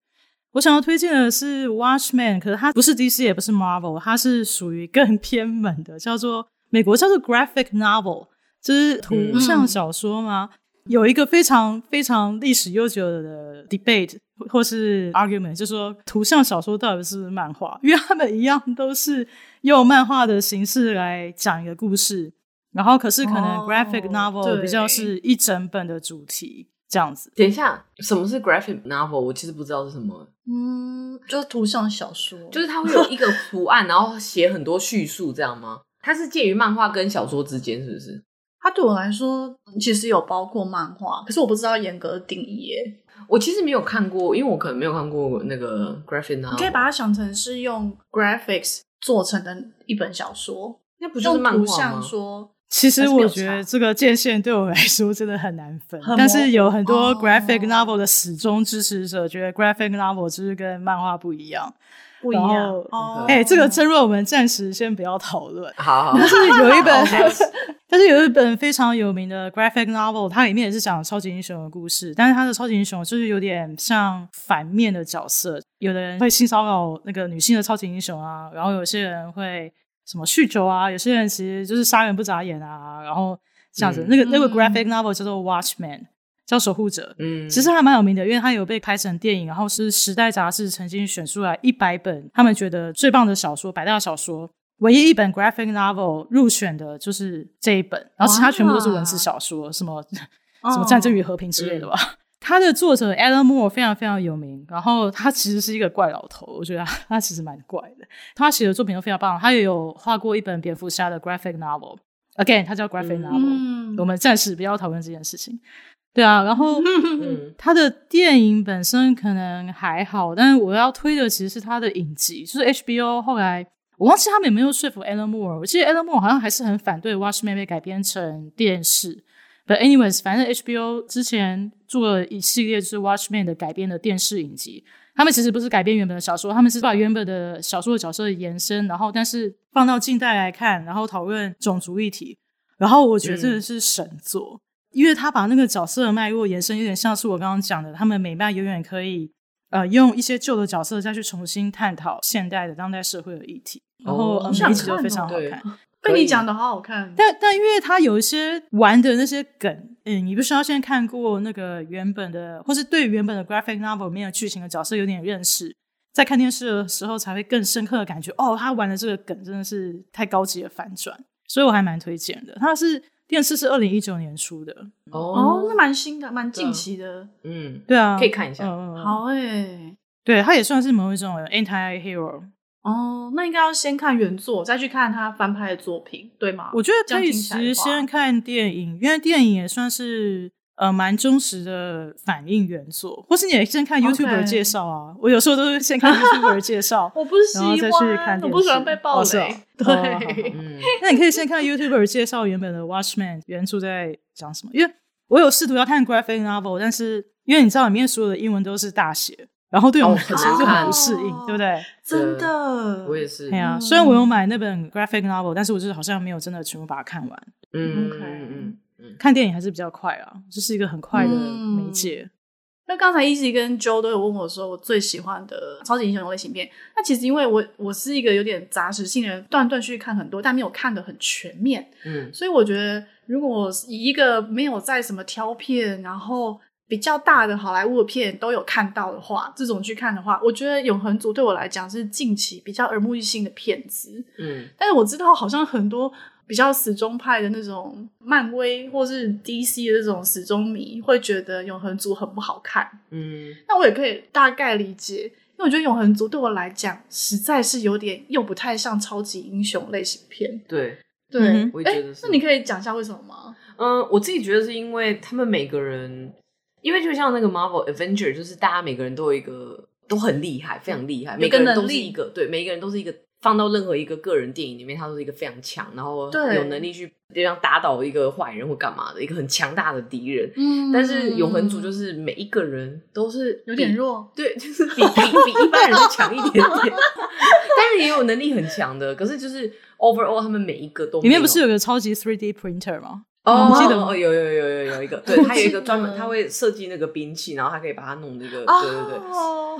我想要推荐的是《Watchman》，可是它不是 DC 也不是 Marvel，它是属于更偏门的，叫做美国叫做 graphic novel，就是
嗯
图像小说吗？有一个非常非常历史悠久的 debate 或是 argument，就是说图像小说到底是不是漫画？因为他们一样都是用漫画的形式来讲一个故事，然后可是可能
哦
graphic novel
对
比较是一整本的主题这样子。
等一下，什么是 graphic novel？我其实不知道是什么。
嗯，就是图像小说，
就是它会有一个图案，然后写很多叙述，这样吗？ <laughs> 它是介于漫画跟小说之间，是不是？
它对我来说嗯其实有包括漫画，可是我不知道严格的定义耶。
我其实没有看过，因为我可能没有看过那个啊 graphic
你
novel，
可以把它想成是用 graphics 做成的一本小说，
那不就是
用
漫
图
画
像
吗？
说
其实
还是没
我
有
觉得
差
这个界限对我来说真的很难分
很，模
但是有很多
哦
graphic novel 的始终支持者觉得 graphic novel 就是跟漫画不一样。
不
一样
哦
哎、这个争论我们暂时先不要讨论。
<laughs> 好好
但是有一本 <laughs>
Next，
但是有一本非常有名的 graphic novel，它里面也是讲超级英雄的故事，但是它的超级英雄就是有点像反面的角色，有的人会性骚扰那个女性的超级英雄啊，然后有些人会什么酗酒啊，有些人其实就是杀人不眨眼啊，然后这样子。
嗯
那个那个
嗯
graphic novel 叫做 Watchman，叫守护者。
嗯，
其实还蛮有名的，因为它有被拍成电影，然后是《时代》杂志曾经选出来一百本他们觉得最棒的小说，百大小说，唯一一本 graphic novel 入选的就是这一本，然后其他全部都是文字小说，什么
哦
什么《战争与和平》之类的吧。 <laughs> 他的作者 Alan Moore 非常非常有名，然后他其实是一个怪老头，我觉得他他其实蛮怪的。他写的作品都非常棒，他也有画过一本蝙蝠侠的 graphic novel，again，他叫 graphic
嗯
novel，、
嗯
我们暂时不要讨论这件事情。对啊，然后
嗯
他的电影本身可能还好，但是我要推的其实是他的影集，就是 HBO 后来我忘记他们有没有说服 Alan Moore，我记得 Alan Moore 好像还是很反对《Watchmen》被改编成电视。But anyways，反正 HBO 之前做了一系列是《Watchmen》的改编的电视影集，他们其实不是改编原本的小说，他们是把原本的小说的角色延伸，然后但是放到近代来看，然后讨论种族议题。然后我觉得真的是神作，因为他把那个角色的脉络延伸，有点像是我刚刚讲的，他们美漫永远可以呃用一些旧的角色再去重新探讨现代的当代社会的议题，然后、
哦
呃
好
每
想
一集都
看
非
哦
常好
对
看。
被
可以
你讲的好好看，
但但因为他有一些玩的那些梗，嗯，你必须要先看过那个原本的，或是对原本的 graphic novel 里面的剧情的角色有点认识，在看电视的时候才会更深刻的感觉，哦，他玩的这个梗真的是太高级的反转，所以我还蛮推荐的。它是电视是二零一九年出的，
哦，那
哦，
蛮新的，蛮近期的，
嗯，
对啊，
可以看一下
嗯、嗯嗯
好哎、
对，它也算是某一种 anti hero，
哦，那应该要先看原作，再去看他翻拍的作品，对吗？
我觉得
这
可
样
以
听起来
实
的话
先看电影，因为电影也算是呃蛮忠实的反应原作，或是你也先看
OK
YouTuber 介绍啊。我有时候都是先看 YouTuber 介
<laughs>
绍，
我不喜
然后
欢，
再去看
我
电
不喜
视
欢被暴
哦是
雷。
哦哦好好
对，
嗯
那你可以先看 YouTuber 介绍原本的 Watchman 原著在讲什么，因为我有试图要看 graphic novel，但是因为你知道里面所有的英文都是大写，然后对我们
哦
本身就
很难
很
看
不适应，对不对？
真的，
我也是， <laughs>
对
嗯
呀、
哦嗯
虽然我有买那本 graphic novel，但是我就是好像没有真的全部把它看完。
嗯
OK
嗯嗯
看电影还是比较快啊，就是一个很快的
嗯
媒介。
那刚才 Easy 跟 Joe 都有问我说我最喜欢的超级英雄类型片。那其实因为我我是一个有点杂食性的人，断断续续看很多，但没有看的很全面，
嗯
所以我觉得如果我以一个没有在什么挑片，然后比较大的好莱坞的片都有看到的话，这种去看的话，我觉得《永恒族》对我来讲是近期比较耳目一新的片子。
嗯
但是我知道，好像很多比较死忠派的那种漫威或是 DC 的这种死忠迷，会觉得《永恒族》很不好看。
嗯
那我也可以大概理解，因为我觉得《永恒族》对我来讲，实在是有点又不太像超级英雄类型片。
对，
对，
嗯哼
哎，
我也觉得是
那你可以讲一下为什么吗？
嗯，我自己觉得是因为他们每个人，因为就像那个 Marvel Avenger，就是大家每个人都有一个都很厉害，非常厉害，
有
每
一个
个人
能
都是
力
一个对，每个人都是一个放到任何一个个人电影里面，他都是一个非常强，然后
对
有能力去这样打倒一个坏人或干嘛的一个很强大的敌人。
嗯
但是永恒族就是是每一个人都是
有点
比
弱，
对，就是 <laughs> 比比比一般人都强一点 <laughs> 点，但是也有能力很强的。可是就是 overall，他们每一个都
里面不是
有
有个超级 3D printer 吗？
哦，
你记得吗
哦，有有有有有一个，对他有一个专门，
记得
他会设计那个兵器，然后他可以把它弄那个，
哦
对对对。嗯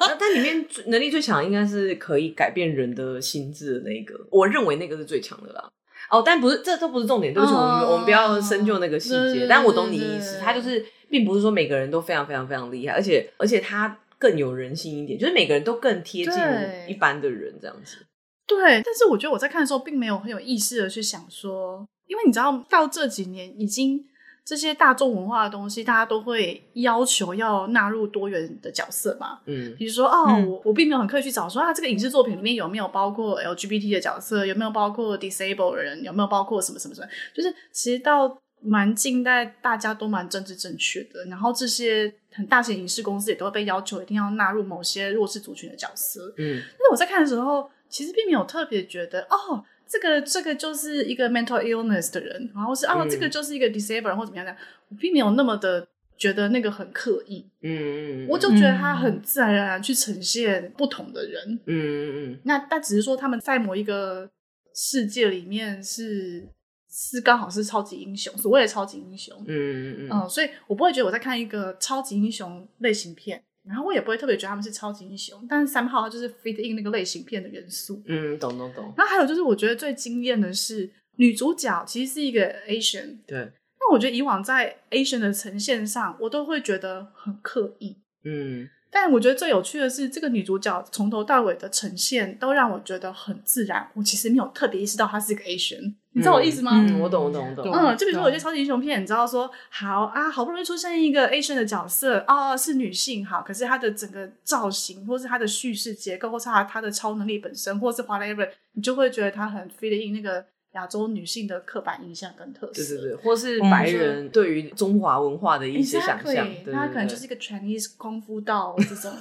那但里面最能力最强应该是可以改变人的心智的那一个，我认为那个是最强的啦。哦，但不是，这都不是重点，对不起，我们
哦
我们不要深究那个细
对对
节。
对
但我懂你意
对
思，
对
他就是并不是说每个人都非常非常非常厉害，而且而且他更有人性一点，就是每个人都更贴近
对
一般的人这样子。
对，但是我觉得我在看的时候，并没有很有意识的去想说，因为你知道，到这几年已经这些大众文化的东西，大家都会要求要纳入多元的角色嘛。
嗯
比如说，哦，
嗯
我我并没有很刻意去找说啊，这个影视作品里面有没有包括 LGBT 的角色，有没有包括 disable 的人，有没有包括什么什么什么，就是其实到蛮近代，大家都蛮政治正确的，然后这些很大型影视公司也都会被要求一定要纳入某些弱势族群的角色。但
嗯
是我在看的时候，其实并没有特别觉得哦，这个这个就是一个 mental illness 的人，然后是啊
嗯
这个就是一个 disabled 或怎么样的，我并没有那么的觉得那个很刻意，
嗯嗯，
我就觉得他很自然而然去呈现不同的人。
嗯嗯
那但只是说他们在某一个世界里面是是刚好是超级英雄，所谓的超级英雄，
嗯嗯嗯
嗯，所以我不会觉得我在看一个超级英雄类型片，然后我也不会特别觉得他们是超级英雄，但是三号它就是 fit in 那个类型片的元素。
嗯，懂懂懂，
然后还有就是，我觉得最惊艳的是女主角其实是一个 Asian，
对，
那我觉得以往在 Asian 的呈现上，我都会觉得很刻意。
嗯
但我觉得最有趣的是，这个女主角从头到尾的呈现都让我觉得很自然。我其实没有特别意识到她是个 Asian，你知道我意思吗？
嗯，我懂我懂我懂，
嗯，就比如说
啊
有些超级英雄片，你知道说好啊，好不容易出现一个 Asian 的角色啊、是女性好，可是她的整个造型，或是她的叙事结构，或是她她的超能力本身，或是 whatever，你就会觉得她很 fit in 那个亚洲女性的刻板印象跟特色。
对对对，或是白人对于中华文化的一些想象，
Exactly，
对，
她可能就是一个 Chinese 功夫道这种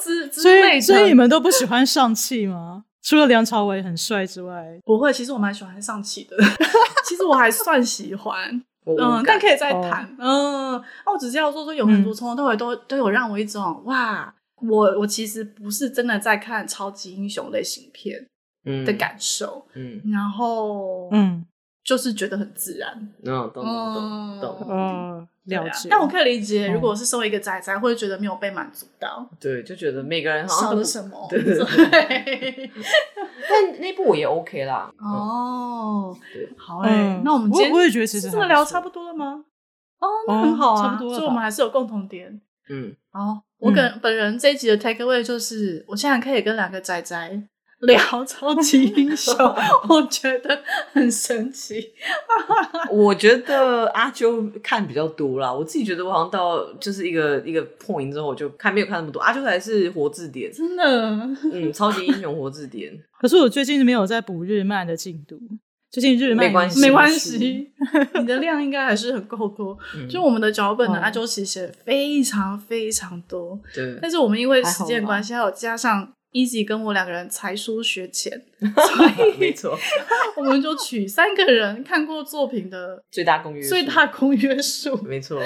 之之
所
类的。
以所以你们都不喜欢上汽吗？ <laughs> 除了梁朝伟很帅之外，
不会，其实我蛮喜欢上汽的， <laughs> 其实我还算喜欢。嗯，但可以再谈。嗯，那我只是要说说，永恒族从头到尾都都有让我一种哇，我我其实不是真的在看超级英雄类型片
以
的，感受，
嗯
然后
嗯
就是觉得很自然。啊
嗯，懂懂懂懂，
哦，了
嗯
解。
但我可以理解，
嗯
如果是身为一个仔仔，会觉得没有被满足到，
对，就觉得每个人好像
少
都
了什
<laughs>
么？
对对
对。
但那部我也 OK 啦，
哦
对，
好哎，那我们今
我
天
我也觉得其实
是这么聊差不多了吗？哦，那
哦
很好
差
啊，
不多了
所以我
吧
们还是有共同点。
嗯，
好，我跟、本人这一集的 take away 就是，我现在可以跟两个仔仔聊超级英雄， <laughs> 我觉得很神奇。
我觉得阿啾看比较多啦，我自己觉得我好像到就是一个一个 point 之后，我就看没有看那么多。阿啾才是活字典，
真的，
嗯，超级英雄活
<laughs>
字典，
可是我最近没有在补日漫的进度，最近日漫
没关系
没
有
关
兴趣
系，你的量应该还是很够多。
嗯
就我们的脚本呢，
哦
阿周其实写得非常非常多， <laughs>
对，
但是我们因为时
还
间
好吧
关系，还有加上 Easy 跟我两个人才疏学浅， <laughs> 所
没
以
错，
我们就取三个人看过作品的
最大公约数
最大公约数。
没错，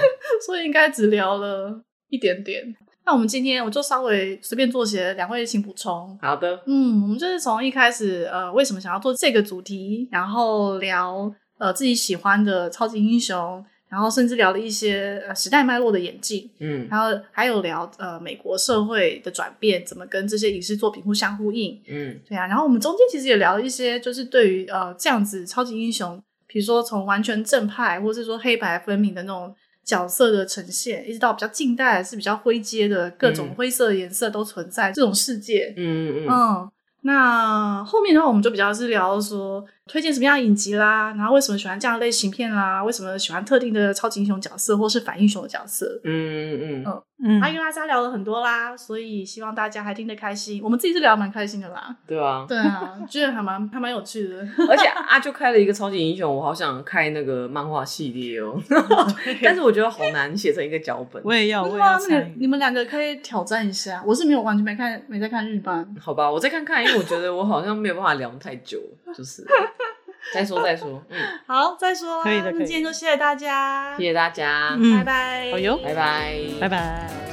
所以应该只聊了一点点。那我们今天我就稍微随便做些，两位请补充。
好的，
嗯，我们就是从一开始，呃，为什么想要做这个主题，然后聊呃自己喜欢的超级英雄，然后甚至聊了一些呃时代脉络的演进，
嗯
然后还有聊呃美国社会的转变怎么跟这些影视作品互相呼应，
嗯
对啊，然后我们中间其实也聊了一些，就是对于呃这样子超级英雄，比如说从完全正派，或是说黑白分明的那种角色的呈现，一直到比较近代是比较灰阶的各种
嗯
灰色的颜色都存在、这种世界。
嗯嗯嗯
嗯，那后面的话我们就比较是聊说推荐什么样的影集啦，然后为什么喜欢这样的类型片啦，为什么喜欢特定的超级英雄角色或是反英雄的角色。
嗯嗯嗯，
嗯
啊，因为大家聊了很多啦，所以希望大家还听得开心。我们自己是聊得蛮开心的啦。
对啊，
对啊，觉得还蛮还蛮有趣 <laughs> 的。
<laughs> 而且阿啾开了一个超级英雄，我好想开那个漫画系列哦， <laughs>
啊
但是我觉得好难写成一个脚本。
我也要，我也
哇，那
要参
你
与。
你们两个可以挑战一下。我是没有完全没看，没在看日版。
好吧，我再看看，因为我觉得我好像没有办法聊太久，就是再说再说，嗯，
好，再说啦
可以的
那
可以
今天就谢谢大家，
谢谢大家，
嗯
拜拜。
好哟
拜拜，
拜。拜。